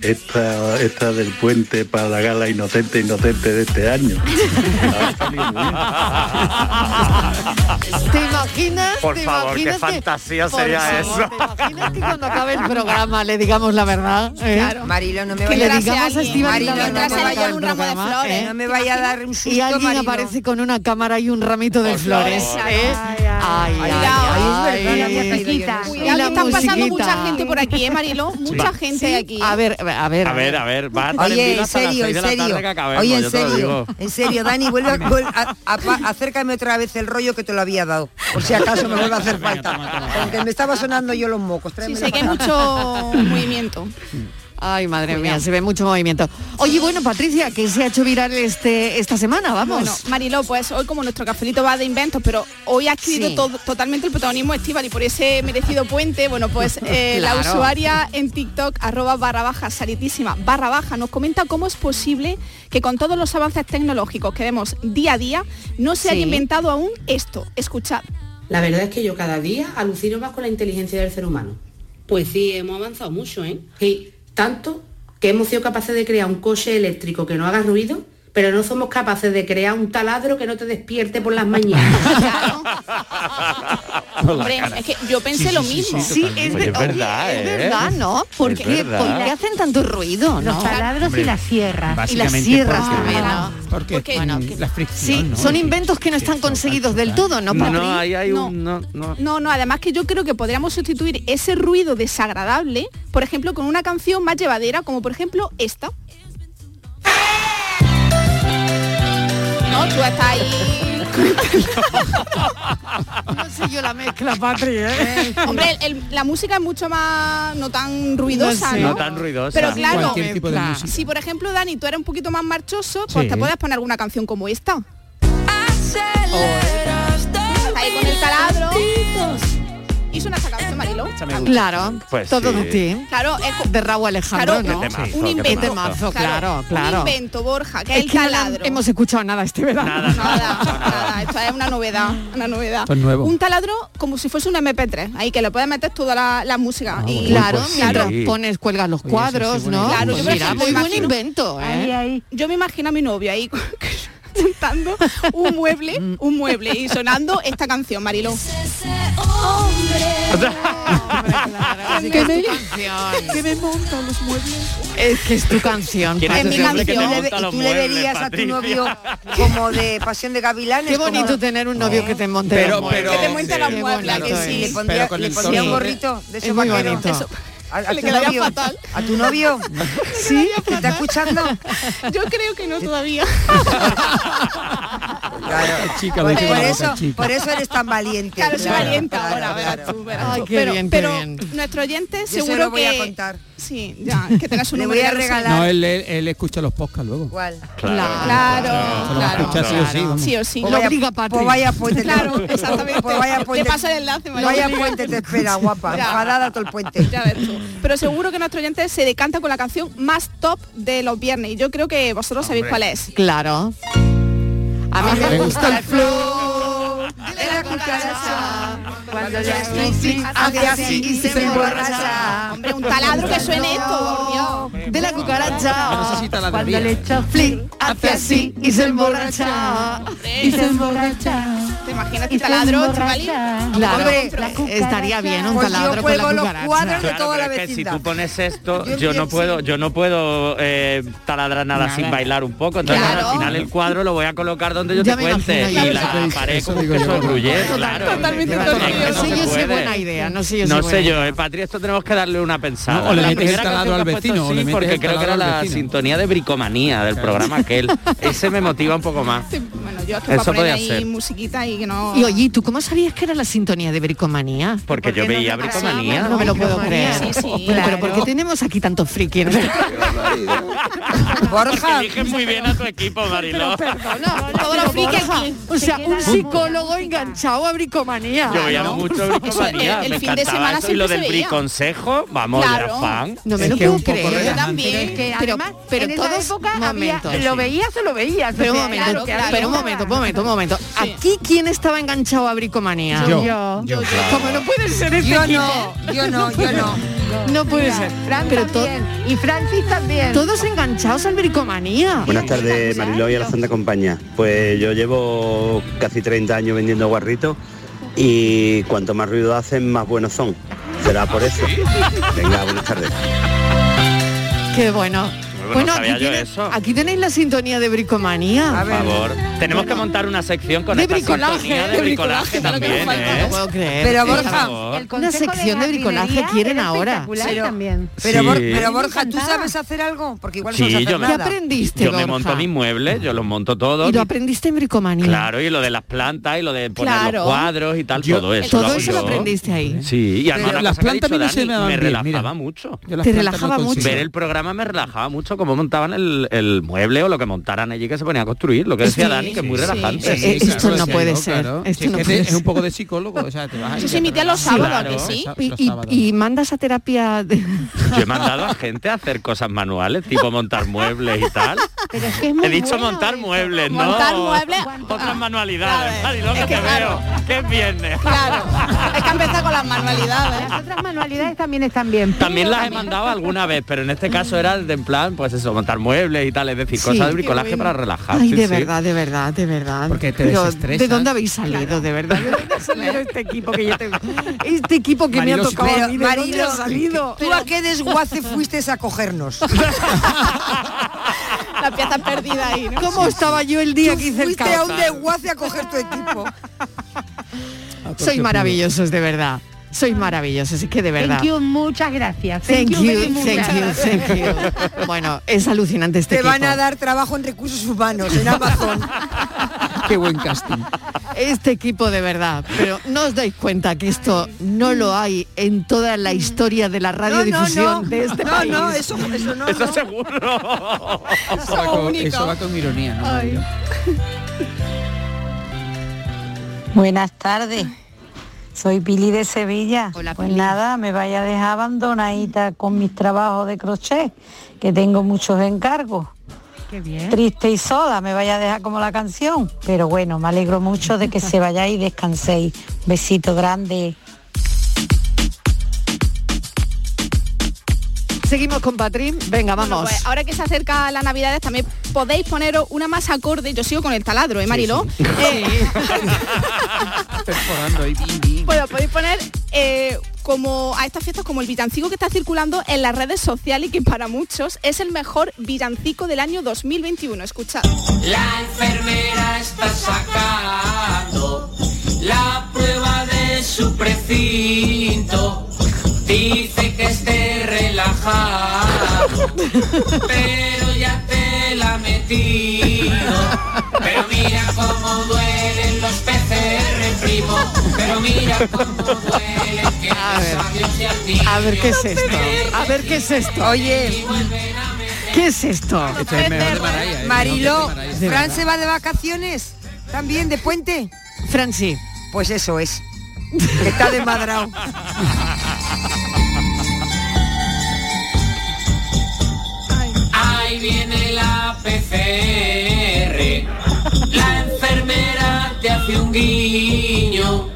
esta, esta del puente para la gala inocente inocente de este año. ¿Te imaginas? Por te favor, qué imaginas que- fantasía por sería favor, eso. ¿Te imaginas que cuando acabe el programa le digamos la verdad? eh? Claro, Marilo, no me Que vaya le a digamos a Estíbaliz Marilo, la verdad mientras se cuando vaya acabe un el ramo de programa, flores, ¿eh? no me vaya a dar un Y susto, alguien Marilo. aparece con una cámara y un ramito de flores. ¿eh? Ay, ay, eh. ay, Cuidado, que están pasando mucha gente por aquí, ¿eh, Marilo? Mucha Sí. gente aquí. A ver, a ver. A ver, a ver, va a estar en Oye, vilo en hasta las serio, seis en de la serio. tarde que acabemos, Oye, en yo te lo serio. digo. En serio, Dani, vuelve, a- vuelve a- a- a- acércame otra vez el rollo que te lo había dado. Por si acaso me vuelve a hacer falta. Porque me estaba sonando yo los mocos. Sí, tráemela sé que hay para acá. mucho movimiento. Ay, madre mía, se ve mucho movimiento. Oye, bueno, Patricia, que se ha hecho viral este esta semana, vamos. Bueno, Mariló, pues hoy como nuestro cafelito va de inventos, pero hoy ha adquirido Sí. to- totalmente el protagonismo Estival y por ese merecido puente, bueno, pues eh, la Claro. usuaria en TikTok, arroba barra baja, salitísima, barra baja, nos comenta cómo es posible que con todos los avances tecnológicos que vemos día a día, no se haya Sí. inventado aún esto. Escuchad. La verdad es que yo cada día alucino más con la inteligencia del ser humano. Pues sí, hemos avanzado mucho, ¿eh? Sí, tanto que hemos sido capaces de crear un coche eléctrico que no haga ruido, pero no somos capaces de crear un taladro que no te despierte por las mañanas. Hombre, es que yo pensé lo mismo. Sí, es, Oye, de, es verdad, oye, es ¿eh? verdad, ¿no? ¿Por Es qué, verdad. por qué hacen tanto ruido? Los ¿no? taladros y las sierras. Y las sierras también, ¿no? Porque, la fricción, Sí, son inventos que no están conseguidos del todo, ¿no? No, Patri? ahí hay No. un... No, no. No, no, además que yo creo que podríamos sustituir ese ruido desagradable, por ejemplo, con una canción más llevadera, como por ejemplo esta. No, tú estás ahí. No sé yo la mezcla, Patri, ¿eh? Hombre, el- el- la música es mucho más no tan ruidosa, No sé. ¿no? No tan ruidosa. Pero claro, Cualquier tipo de claro, música. si por ejemplo Dani, tú eres un poquito más marchoso, pues Sí. te puedes poner alguna canción como esta. Ahí con el taladro. Y suena esta canción, Marilo. Claro, Pues todo sí. de ti. Claro, es co- De Raúl Alejandro, Claro, ¿no? Qué temazo, un qué invento. temazo. claro, claro. Un invento, Borja, que Es es el que no la taladro. hemos escuchado nada este verano. Nada, esto es una novedad, una novedad. Esto es nuevo. Un taladro como si fuese un MP3, ahí que le puedes meter toda la, la música. Ah, y Claro, Uy, pues sí. mientras pones, cuelgas los cuadros, ¿no? Pues Claro, yo, por Mira, ejemplo, muy buen pues imagino- invento, ¿eh? Yo me imagino a mi novio ahí sentando un mueble, un mueble y sonando esta canción, Mariló. que me- que me montan los muebles. Es que es tu canción. Es mi Patricia. canción. Y tú le- y tú le verías a tu novio como de Pasión de Gavilanes. Qué como- bonito tener un novio que te monte los Pero- muebles. pero- Que te monte los Qué muebles, bonito que sí. es. Le pondría- Pero con le el pondría un sonido. gorrito de Es muy sobaquero. bonito. Eso- A, a Le tu quedaría novio, fatal. a tu novio, sí, ¿te está escuchando? Yo creo que no todavía. Chica, ve por, que va eso, loca, chica. por eso eres tan valiente. Claro, soy valiente claro, ahora, verás claro. tú, verás Ay, tú. qué pero, bien, qué pero bien. nuestro oyente Yo se seguro lo voy que a contar. Sí, ya, que tengas su Le número voy a ya lo sé. regalar. eh. No, él, él- él escucha los podcasts luego. ¿Cuál? Claro, claro, Se lo va a escuchar sí o sí, vamos. Sí o sí. Pues vaya- Pues vaya puente. Claro, exactamente. Pues vaya puente. pues Te pasa el enlace, María. Vaya puente te espera, guapa. Ya. Enfadada todo el puente. Ya ves tú. Pero seguro que nuestro oyente se decanta con la canción más top de los viernes. Y yo creo que vosotros sabéis cuál es. Claro. A mí Ah, me me gusta gusta. el flow. De la cucaracha. Cuando ya estoy así, hace así y se me emborracha. Hombre, un taladro que suene esto, por Dios. De la cucaracha. Cuando le echo flip, hace así y se emborracha. Y se emborracha. ¿Te imaginas que taladro, chavalín? Claro, eh, Hombre, estaría bien un Pues yo taladro con la cuelgo los cucaracha. cuadros Claro, pero es que si tú pones esto, yo no puedo, yo no puedo eh, taladrar nada, sin bailar un poco. Entonces Claro. al final el cuadro lo voy a colocar donde yo Ya te me cuente imagino, y ya la ves. pared Eso con digo queso yo. gruyere, Total- claro. totalmente Es que totalmente. no No sé se yo si es puede. buena idea, no sé yo si No es buena sé yo, idea. eh, Patri, esto tenemos que darle una pensada. No, o le La metes primera el taladro canción al que has puesto, vecino, o le sí, metes porque el creo que era taladro al la vecino. sintonía de bricomanía del programa aquel. Ese me motiva un poco más. Bueno, bueno, yo es que Eso voy a poner podía ahí ser. musiquita y que no... Y oye, ¿tú cómo sabías que era la sintonía de Bricomanía? Porque yo veía bricomanía. No me lo puedo creer. Sí, sí, Pero claro. ¿por qué tenemos aquí tantos friki? este Borja. Eliges muy bien a tu equipo, Mariló. Todos los friki aquí. O sea, un psicólogo enganchado a bricomanía. Yo veía mucho bricomanía. Eso, el- el me fin de encantaba semana eso. Y lo siempre del se veía. briconsejo, vamos, yo era Claro. fan. No me lo que puedo un poco creer. relajante. Pero es que Pero- además, pero en esa todos- época había- momento, sí. lo veías o lo veías. o Pero un sea, momento, era lo que había. pero un momento, un momento, un momento. ¿Aquí quién estaba enganchado a bricomanía? Yo. Yo. Yo, claro. ¿Cómo no puede ser este Yo no, equipo? yo no, yo no. No puede Mira, ser. Fran también, y Francis también. Todos enganchados al bricomanía. Buenas tardes, Mariló y a la Santa Compañía. Pues yo llevo casi 30 años vendiendo guarritos y cuanto más ruido hacen, más buenos son. Será por eso. Venga, buenas tardes. Qué bueno. bueno, pues Bueno, sabía aquí, yo tiene- eso. aquí tenéis la sintonía de bricomanía. Por favor. Tenemos que montar una sección con De esta bricolaje, sintonía de de bricolaje, bricolaje, claro que también, no falta, ¿eh? no puedo creer. Por Borja, favor. Una Consejo de sección de bricolaje jardinería quieren era ahora. espectacular también. Pero, Sí. Bor- A mí pero me Borja, ¿tú sabes hacer algo? Porque igual no sabes yo hacer me, nada. aprendiste, yo me Borja? monto mis muebles, yo los monto todos. Y lo aprendiste en bricomanía. Claro, y lo de las plantas y lo de poner Claro. los cuadros y tal, todo eso. Todo hago eso lo yo. aprendiste ahí. Sí, y además Pero una las cosa que ha plantas dicho a mí no se Dani, me daban me bien, relajaba mira. mucho. Yo las Te plantas relajaba no consigo. mucho. Ver el programa me relajaba mucho, cómo montaban el, el mueble o lo que montaran allí que se ponía a construir, lo que decía Sí, Dani, que es muy sí, relajante. sí, Eh, sí, esto claro, no sí, puede claro, ser, claro. esto Sí, no es que puede es ser. un poco de psicólogo, o sea, te vas Eso se emitía los sábados, ¿a que sí? Y, y- y mandas a terapia de... Yo he mandado a gente a hacer cosas manuales, tipo montar muebles y tal. Pero es que es muy He dicho bueno. montar muebles, ¿no? Montar muebles. ah, Otras manualidades. Dani, lo que, es que te claro. veo. Que es viernes. Claro, hay que empezar con las manualidades. Las otras manualidades también están bien. También las he mandado alguna vez, pero en este caso era de en plan, pues eso, montar muebles y tal, es decir, Sí, cosas de qué bricolaje bueno. para relajar. Ay, sí, de sí. verdad, de verdad, de verdad. Porque te desestresas. ¿De dónde habéis salido, de verdad? ¿De dónde ha salido este equipo que yo tengo? Este equipo que me Marilo, ha tocado pero, a mí, ¿de dónde Marilo, ha salido? ¿Tú a qué desguace fuiste a cogernos? La pieza perdida ahí, ¿no? ¿Cómo estaba yo el día Tú que hice el fuiste caos? a un desguace a coger tu equipo. Ah, pues Sois maravillosos, de verdad. Sois maravillosos, es que de verdad. Thank you, muchas gracias. Thank very you, much. thank you, thank you. Bueno, es alucinante este Te van equipo. a dar trabajo en recursos humanos, en Amazon. Qué buen casting. Este equipo de verdad, pero no os dais cuenta que esto no lo hay en toda la historia de la radiodifusión de este no, país. no, eso, eso no. Eso no. seguro. Eso va, con, único. eso va con ironía, ¿no? Buenas tardes. Soy Pili de Sevilla. pues Pili. nada, me vaya a dejar abandonadita con mis trabajos de crochet, que tengo muchos encargos. Qué bien. Triste y sola, me vaya a dejar como la canción. Pero bueno, me alegro mucho de que se vayáis y descanséis. Besito grande. Seguimos con Patrín. Venga, vamos. Bueno, pues ahora que se acerca la Navidad también podéis poneros una más acorde. Yo sigo con el taladro, ¿eh, Mariló? Eh, Perforando ahí. Bueno, Pues, podéis poner eh, como a estas fiestas como el villancico que está circulando en las redes sociales y que para muchos es el mejor villancico del año 2021. Escuchad. La enfermera está sacando la prueba de su precinto. Dice que esté relajado, pero ya te la ha metido. Pero mira cómo duelen los PCR, primo. Pero mira cómo duelen que A ver, ver. a ver qué es esto. A ver qué es esto. Oye, ¿qué es esto? Este es mejor de Mariah, ¿eh? Marilo, Mejor de Mariah. Fran se va de vacaciones. También de puente. Fran sí. Pues eso es. Que está desmadrado. Ahí viene la PCR. La enfermera te hace un guiño.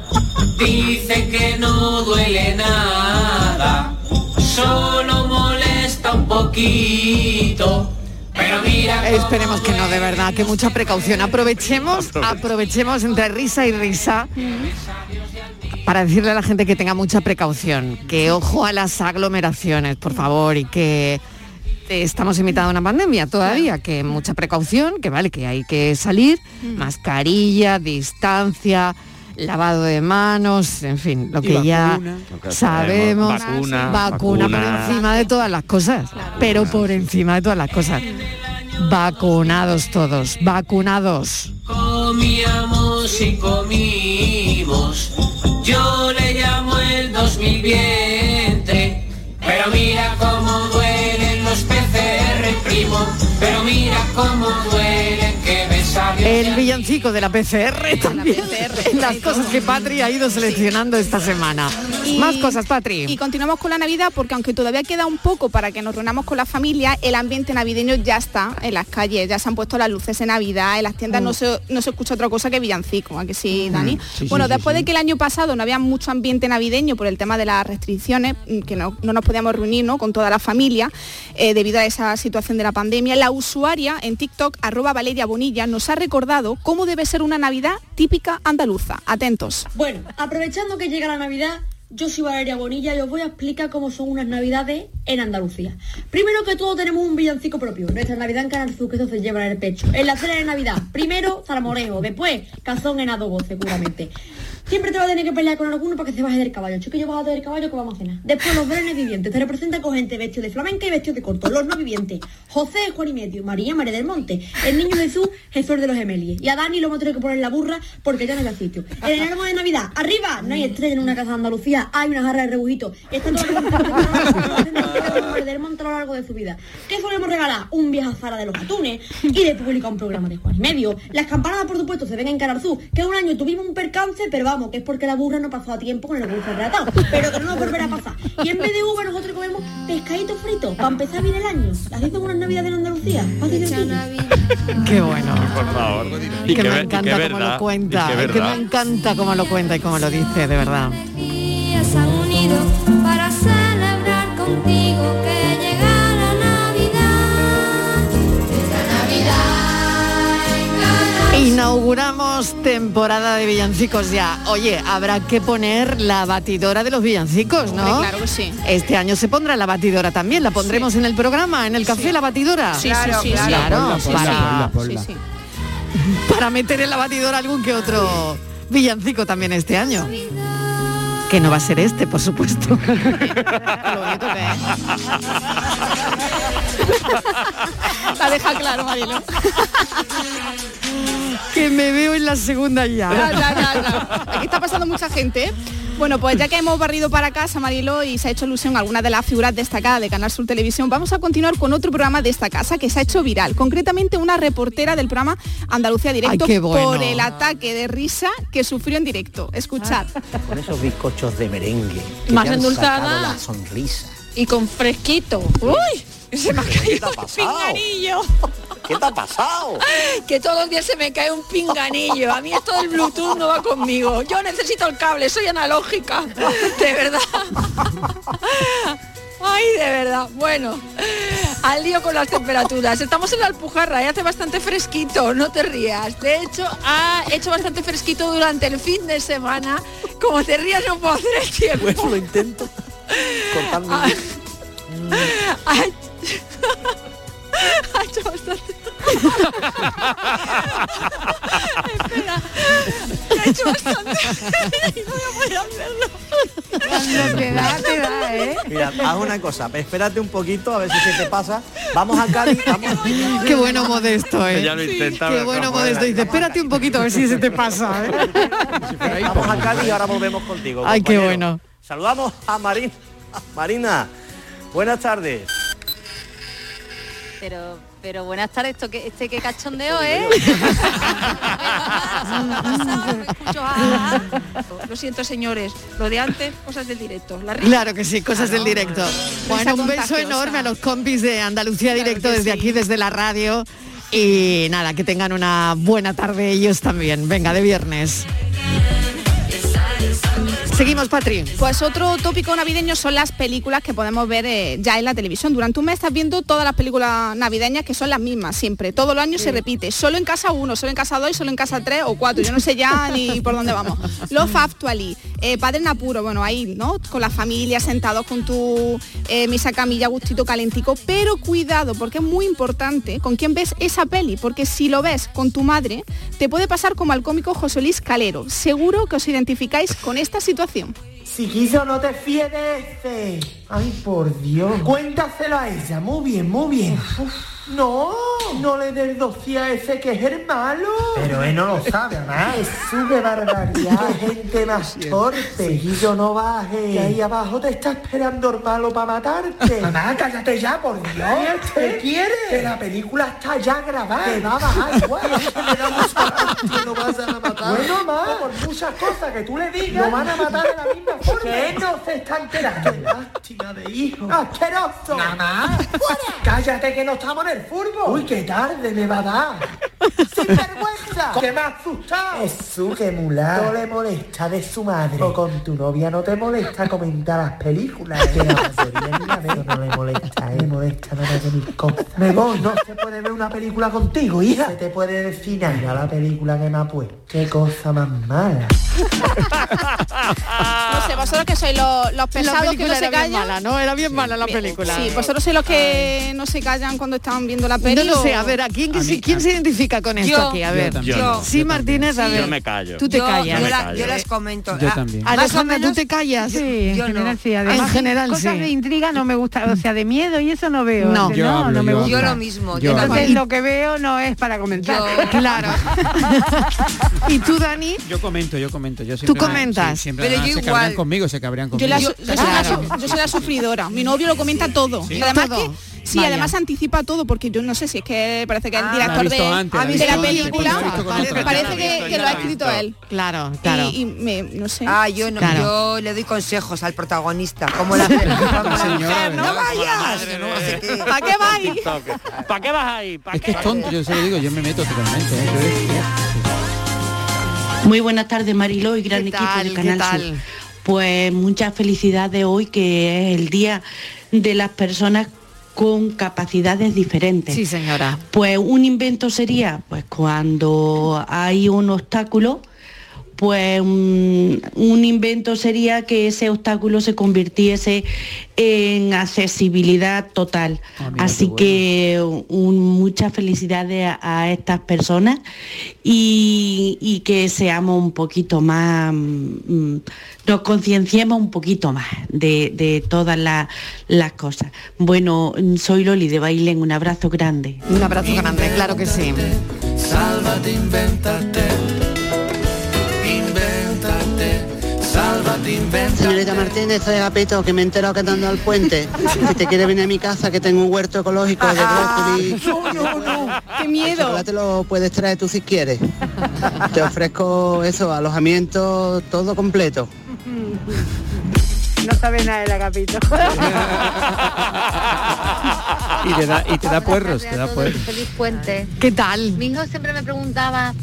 Dice que no duele nada. Solo molesta un poquito. Pero mira Esperemos que no, de verdad, que mucha precaución. Aprovechemos, aprovechemos entre risa y risa para decirle a la gente que tenga mucha precaución, que ojo a las aglomeraciones, por favor, y que eh, estamos en mitad de una pandemia todavía, que mucha precaución, que vale, que hay que salir, mascarilla, distancia, lavado de manos, en fin, lo Y que ya vacuna. Lo que sabemos, sabemos, vacuna, vacuna vacuna. por encima de todas las cosas, pero por encima de todas las cosas. Vacunados todos, vacunados. cómo comíamos y comimos. Yo le llamo el 2000 vientre. Pero mira cómo duelen los PCR, primo. Pero mira cómo duele que me salió. El villancico de la PCR también. Las cosas que Patri ha ido seleccionando esta semana. Y- Más cosas, Patri. Y continuamos con la Navidad porque aunque todavía queda un poco para que nos reunamos con la familia, el ambiente navideño ya está en las calles, ya se han puesto las luces en Navidad, en las tiendas no, se, no se escucha otra cosa que villancico, ¿a que sí, Dani? Mm, sí, bueno, sí, sí, después de que el año pasado no había mucho ambiente navideño por el tema de las restricciones, mm, que no, no nos podíamos reunir ¿no? con toda la familia eh, debido a esa situación de la pandemia, la usuaria en TikTok, arroba Valeria Bonilla, nos ha recordado cómo debe ser una Navidad típica andaluza. Atentos. Bueno, aprovechando que llega la Navidad, yo soy Valeria Bonilla y os voy a explicar cómo son unas Navidades en Andalucía. Primero que todo tenemos un villancico propio, nuestra Navidad en Canal Sur, que eso se lleva en el pecho. En la cena de Navidad, primero zarmorejo, después cazón en adobo seguramente. Siempre te vas a tener que pelear con alguno para que se baje del caballo. Chico, yo bajado del caballo que vamos a cenar. Después los varones vivientes. Te representa con gente vestido de flamenca y vestido de corto. Los no vivientes. José de Juan y Medio, María María del Monte. El niño Jesús, Jesús de los Emelies. Y a Dani lo hemos tenido que poner en la burra porque ya no hay más sitio. En el árbol de Navidad, arriba, no hay estrella en una casa de Andalucía. Hay una jarra de rebujito. Está todo el mundo María del Monte a lo largo de su vida. ¿Qué solemos regalar? Un viaje a Zara de los Atunes y de publicar un programa de Juan y Medio. Las campanadas, por supuesto, se ven en Canal Sur, que un año tuvimos un percance, pero vamos, que es porque la burra no pasó a tiempo con el burro ratado, pero que no nos volverá a pasar. Y en vez de uva, nosotros comemos pescadito frito, para empezar bien el año. Así son unas navidades en Andalucía. Fácil y sencillo. Qué bueno. Por favor. Y que, me ver- y encanta que cómo verdad, lo y cuenta. que es que me verdad. encanta cómo lo cuenta y cómo lo dice, de verdad. se han unido para celebrar contigo que llega la Navidad. Esta Navidad en Canal Inauguramos temporada de villancicos ya. Oye, habrá que poner la batidora de los villancicos, ¿no? Hombre, claro que sí. Este año se pondrá la batidora también. La pondremos en el programa, en el café, la batidora. Sí, sí, Claro, sí, sí. Claro, Ponla, ponla, para, ponla, ponla. Sí, para meter en la batidora algún que otro villancico también este año. Que no va a ser este, por supuesto. La deja claro, Marilo. que me veo en la segunda ya. Ya, ya, ya, ya. Aquí está pasando mucha gente. ¿eh? Bueno, pues ya que hemos barrido para casa, Marilo, y se ha hecho ilusión a alguna de las figuras destacadas de Canal Sur Televisión, vamos a continuar con otro programa de esta casa que se ha hecho viral. Concretamente una reportera del programa Andalucía Directo Ay, qué bueno. por el ataque de risa que sufrió en directo. Escuchad. Con esos bizcochos de merengue. que Más te han endulzada. sacado La sonrisa. Y con fresquito. ¡Uy! Se me ha caído el pinganillo. ¿Qué te ha pasado? Que todos los días se me cae un pinganillo. A mí esto del Bluetooth no va conmigo. Yo necesito el cable, soy analógica. De verdad. Ay, de verdad. Bueno, al lío con las temperaturas. Estamos en la Alpujarra y hace bastante fresquito, no te rías. De hecho, ha hecho bastante fresquito durante el fin de semana. Como te rías no puedo hacer el tiempo. Pues lo intento. Cortando. Ha ha hecho bastante... Espera. Ha hecho bastante... no voy a poder hacerlo. ¿eh? Mira, haz una cosa, espérate un poquito a ver si se te pasa. Vamos a Cádiz, vamos. Qué bueno modesto, ¿eh? Ya lo intenta, Qué pero bueno no puede. modesto. Dice, espérate un poquito a ver si se te pasa. ¿eh?". Vamos a Cádiz y ahora volvemos contigo. Ay, qué compañero. bueno. Saludamos a Marina. Marina, buenas tardes. Pero, pero buenas tardes, esto que, este que cachondeo, ¿eh? Lo siento, señores. Lo de antes, cosas del directo. La risa. Claro que sí, Ah, cosas del directo. Bueno, un beso contagiosa. enorme a los compis de Andalucía Directo desde aquí, desde la radio. Y nada, que tengan una buena tarde ellos también. Venga, de viernes. Seguimos, Patri. Pues otro tópico navideño son las películas que podemos ver eh, ya en la televisión. Durante un mes estás viendo todas las películas navideñas que son las mismas siempre. Todo el año se repite. Solo en casa uno, solo en casa dos, y solo en casa tres o cuatro. Yo no sé ya ni por dónde vamos. Love Actually, eh, Padre en Apuro, bueno, ahí, ¿no? Con la familia, sentados con tu eh, misa camilla, gustito calentico. Pero cuidado, porque es muy importante con quién ves esa peli. Porque si lo ves con tu madre, te puede pasar como al cómico José Luis Calero. Seguro que os identificáis con esta situación. Si quiso, no te fíes de ese. Ay, por Dios. Cuéntaselo a ella. Muy bien, muy bien. No, no le des el dossier a ese que es el malo. Pero él no lo sabe, además. además. Jesús, qué barbaridad. Qué gente más torpe. yo no baje. Que ahí abajo te está esperando el malo para matarte. Mamá, cállate ya, por Dios. ¿Qué quieres? Que la película está ya grabada. Te va a bajar igual. Es que me da mucha rabia, no vas a matar. Bueno, ma, por muchas cosas que tú le digas, lo van a matar de la misma forma. Que él no se está enterando. Qué lástima de hijo. ¡Asqueroso! ¡Mamá! ¡Cállate que no estamos en el furbo! ¡Uy, qué tarde me va a dar! ¡Sinvergüenza! ¡Que me ha asustado! Jesús, qué mulá. No le molesta de su madre. O con tu novia no te molesta comentar las películas. ¿eh? Que la mayoría ni la veo, no le molesta, ¿eh? Me molesta nada que mis cosas. Me voy, no se puede ver una película contigo, hija. Se te puede decir nada la película que me ha puesto. Qué cosa más mala. No sé, vosotros que sois los, los pesados que no Ah. película se era bien callan. mala, ¿no? Era bien mala la película. Sí, vosotros sois los que no se callan cuando están viendo la No película. lo sé, a ver, ¿a quién, que se, quién se identifica con esto Yo. aquí? A Yo ver, también. Yo. sí, Martínez, a Sí. ver. Yo me callo. Tú te Yo- callas. yo Yo la- me callo. yo las comento. Yo también. Ah, Alejandra, tú te callas. Sí, en general sí. Además, en general cosas sí. de intriga no me gusta, o sea, de miedo y eso no veo. No. Yo no, hablo, no me yo gusta. hablo. Yo lo mismo, yo Entonces también. lo que veo no es para comentar. Claro. ¿Y tú, Dani? Yo comento, yo comento. Yo Tú comentas. sí, siempre Pero además yo se igual. cabrean conmigo, se cabrean Yo, conmigo. la, yo soy la su- yo soy la sufridora. Mi novio lo comenta todo. Y además Todo. que- sí, Vaya. además anticipa todo porque yo no sé si es que parece Ah, que el Lo ha director visto de, antes, lo ha de visto la antes, película lo ha visto con parece, otra. parece Ya lo ha que, visto, que ya lo ha lo ha escrito visto. él. Claro, Y, y me, no sé. Ah, yo no, Claro. yo le doy consejos al protagonista, como la, como la mujer, no vayas. ¿Para qué vas ahí? ¿Para qué vas ahí? Es que es tonto, yo se lo digo, yo me meto totalmente. ¿eh? Yo es- Muy buenas tardes, Mariló y gran equipo tal? de ¿Qué Canal tal? Sur. Pues muchas felicidades hoy, que es el día de las personas con capacidades diferentes. Sí, señora. Pues un invento sería, pues cuando hay un obstáculo, pues un, un invento sería que ese obstáculo se convirtiese en accesibilidad total. Ah, Así que un- muchas felicidades a, a estas personas y, y que seamos un poquito más, mm, nos concienciemos un poquito más de, de todas la- las cosas. Bueno, soy Loli de Bailén, un abrazo grande. Un abrazo grande, claro que sí. Sálvate, invéntate. Invéntate. Sálvate, invéntate. Señorita Martínez, soy Agapito, que me he enterado que andando al puente. Si te quiere venir a mi casa, que tengo un huerto ecológico de Ah, brócoli. No, no, no. ¡Qué miedo! Te lo puedes traer tú si quieres. Te ofrezco eso, alojamiento, todo completo. No sabe nada el agapito. Y te da, y te da puerros, te da puerros. Feliz puente. ¿Qué tal? Mi hijo siempre me preguntaba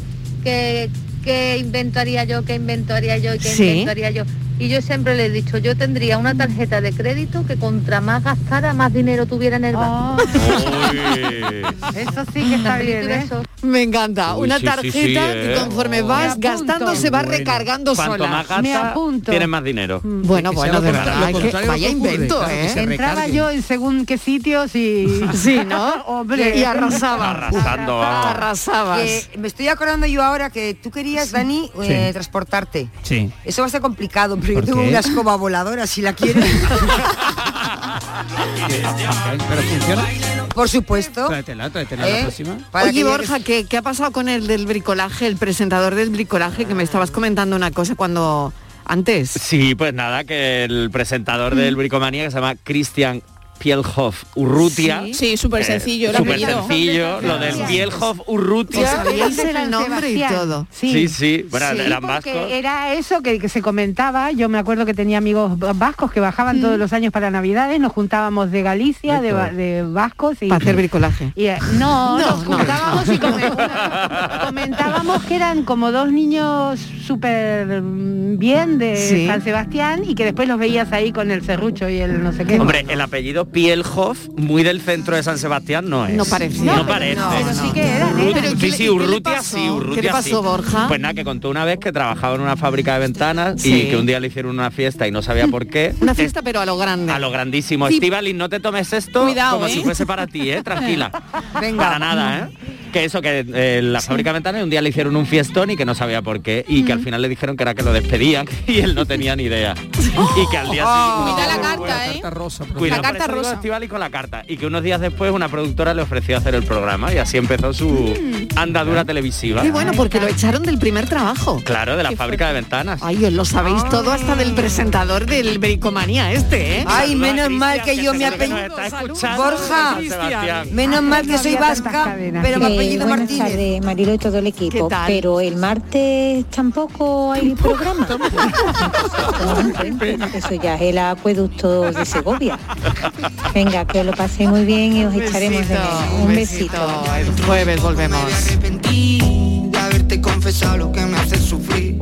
que- qué inventaría yo, qué inventaría yo, qué Sí. inventaría yo. Y yo siempre le he dicho, yo tendría una tarjeta de crédito que contra más gastara, más dinero tuviera en el banco. Ah. Eso sí que está bien, ¿eh? Me encanta. Uy, una sí, sí, tarjeta sí, que ¿eh? conforme Oh. vas Me apunto. Ah, gastando se va Bueno. recargando Cuanto sola. Mm. más gasta, tienes más dinero. Bueno, Que sea bueno, lo de contra- verdad, lo que- contrario vaya ocurre, invento, claro, que ¿eh? se Entraba recarguen. yo en según qué sitios y... Sí, ¿no? Hombre. Y arrasaba. Arrasando, vamos. Eh, me estoy acordando yo ahora que tú querías, Dani, eh, transportarte. Sí. Eso va a ser complicado, pero yo ¿Por tengo qué? una escoba voladora, si la quieres. Pero funciona. Por supuesto. Tráetela, tráetela la ¿Eh? próxima. Oye, Borja, ¿qué, qué ha pasado con el del bricolaje, el presentador del bricolaje, que me estabas comentando una cosa cuando antes? Sí, pues nada, que el presentador Mm. del Bricomanía, que se llama Christian Pielhoff Urrutia. Sí, sí, súper sencillo, el Eh, Súper apellido. sencillo, lo del Pielhoff Yo Urrutia. sabíais el nombre y todo. Sí, Sí, sí, bueno, eran porque vascos. Era eso que, que se comentaba. Yo me acuerdo que tenía amigos va- vascos que bajaban todos los años para Navidades. Nos juntábamos de Galicia, de, va- de vascos. Y, Para hacer bricolaje. y, eh, no, nos juntábamos y come- comentábamos que eran como dos niños súper mm, bien de Sí. San Sebastián y que después los veías ahí con el serrucho y el no sé qué. Hombre, el apellido Pielhoff, muy del centro de San Sebastián, no es. No parecía. No No, parece. pero sí que eran, ¿eh? Pero ¿y qué sí, le- sí, y qué le Urrutia, pasó? sí, Urrutia. ¿Qué le pasó, sí. Borja? Pues nada, que contó una vez que trabajaba en una fábrica de ventanas Sí. y que un día le hicieron una fiesta y no sabía por qué. Una fiesta, pero a lo grande. A lo grandísimo. Sí. Estivali, no te tomes esto Cuidado, como ¿eh? si fuese para ti, ¿eh? Tranquila. Venga. Para nada, ¿eh? que eso, que eh, la fábrica Ventana un día le hicieron un fiestón y que no sabía por qué. Y que al final le dijeron que era que lo despedían y él no tenía ni idea. y que al día siguiente. Mira Oh. la carta, ¿eh? Cuidado, la carta por eso rosa. digo Estíbaliz con la carta. Y que unos días después una productora le ofreció hacer el programa y así empezó su Mm. andadura televisiva. Qué bueno, porque lo echaron del primer trabajo. Claro, de la fábrica de ventanas. Ay, os lo sabéis todo hasta del presentador del Bricomanía este, ¿eh? Ay, menos mal que yo me apellido Borja. Menos mal que soy vasca, pero me Eh, apellido buenas Martínez. tardes, Marilo y todo el equipo. Pero el martes tampoco hay programa. Eso ya es el acueducto de Segovia. Venga, que os lo paséis muy bien y os echaremos de menos. Un besito. El jueves volvemos. de haberte confesado lo que me hace sufrir.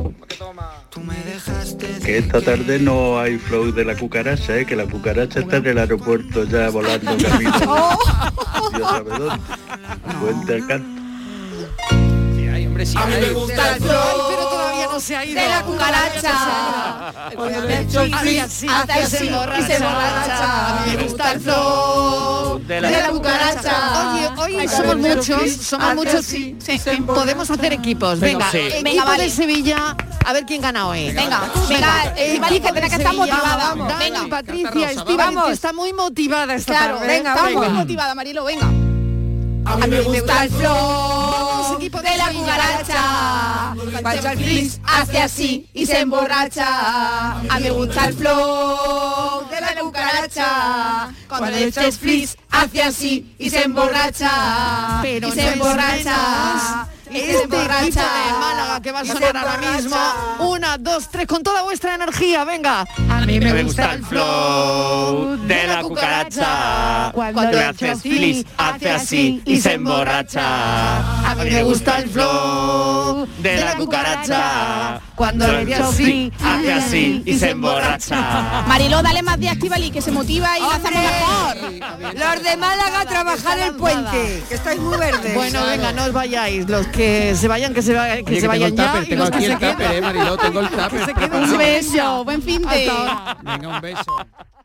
Que esta tarde no hay flow de la cucaracha, ¿eh? que la cucaracha está en el aeropuerto ya volando camino. de- Dios sabe dónde. Vuelta al canto. A mí me gusta el flow Pero todavía no se ha ido. de la cucaracha. Cuando le echo el frizz, hace así y se borracha. A mí me gusta el flow de la cucaracha. Oye, hoy Ay, somos Carmen, muchos, sí, somos hace muchos. así, Sí, se eh, emborracha. podemos hacer equipos. Venga, Venga, sí. equipo Venga, vale. de Sevilla, a ver quién gana hoy. Venga, venga, Estíbaliz, que tenés que estar motivada. Dani, Venga. Patricia, Rosa, Estíbaliz, vamos. que está muy motivada esta Claro, tarde. ¿eh? venga, está muy venga. motivada, Marilo, venga. A mí me gusta el flow equipo de la cucaracha. Cuando el frizz hace así y se emborracha. A mí me gusta el flow de la cucaracha. Cuando le eches frizz hace así y se emborracha. Pero y no se es emborracha. Y se Este equipo de emborracha. Málaga que va a Y se sonar ahora emborracha. mismo. Una, dos, tres, con toda vuestra energía, venga. A mí me gusta el flow de la cucaracha. Cuando le haces flis, hace así y se emborracha. A mí me gusta el flow de la cucaracha. Cuando le echo flis, flis, hace así y se emborracha. Marilo, dale más días, Estíbaliz, que se motiva y la hacemos mejor. Los de Málaga trabajar el puente, que estáis muy verdes. Bueno, venga, no os vayáis. Los que se vayan, que se, va- que que se tengo vayan el ya. tupper, y tengo los que aquí se el tupper, quedan. eh, Mariló, tengo el tupper Que se queden. preparado. Un beso, buen fin de- Hasta ahora. Venga, un beso.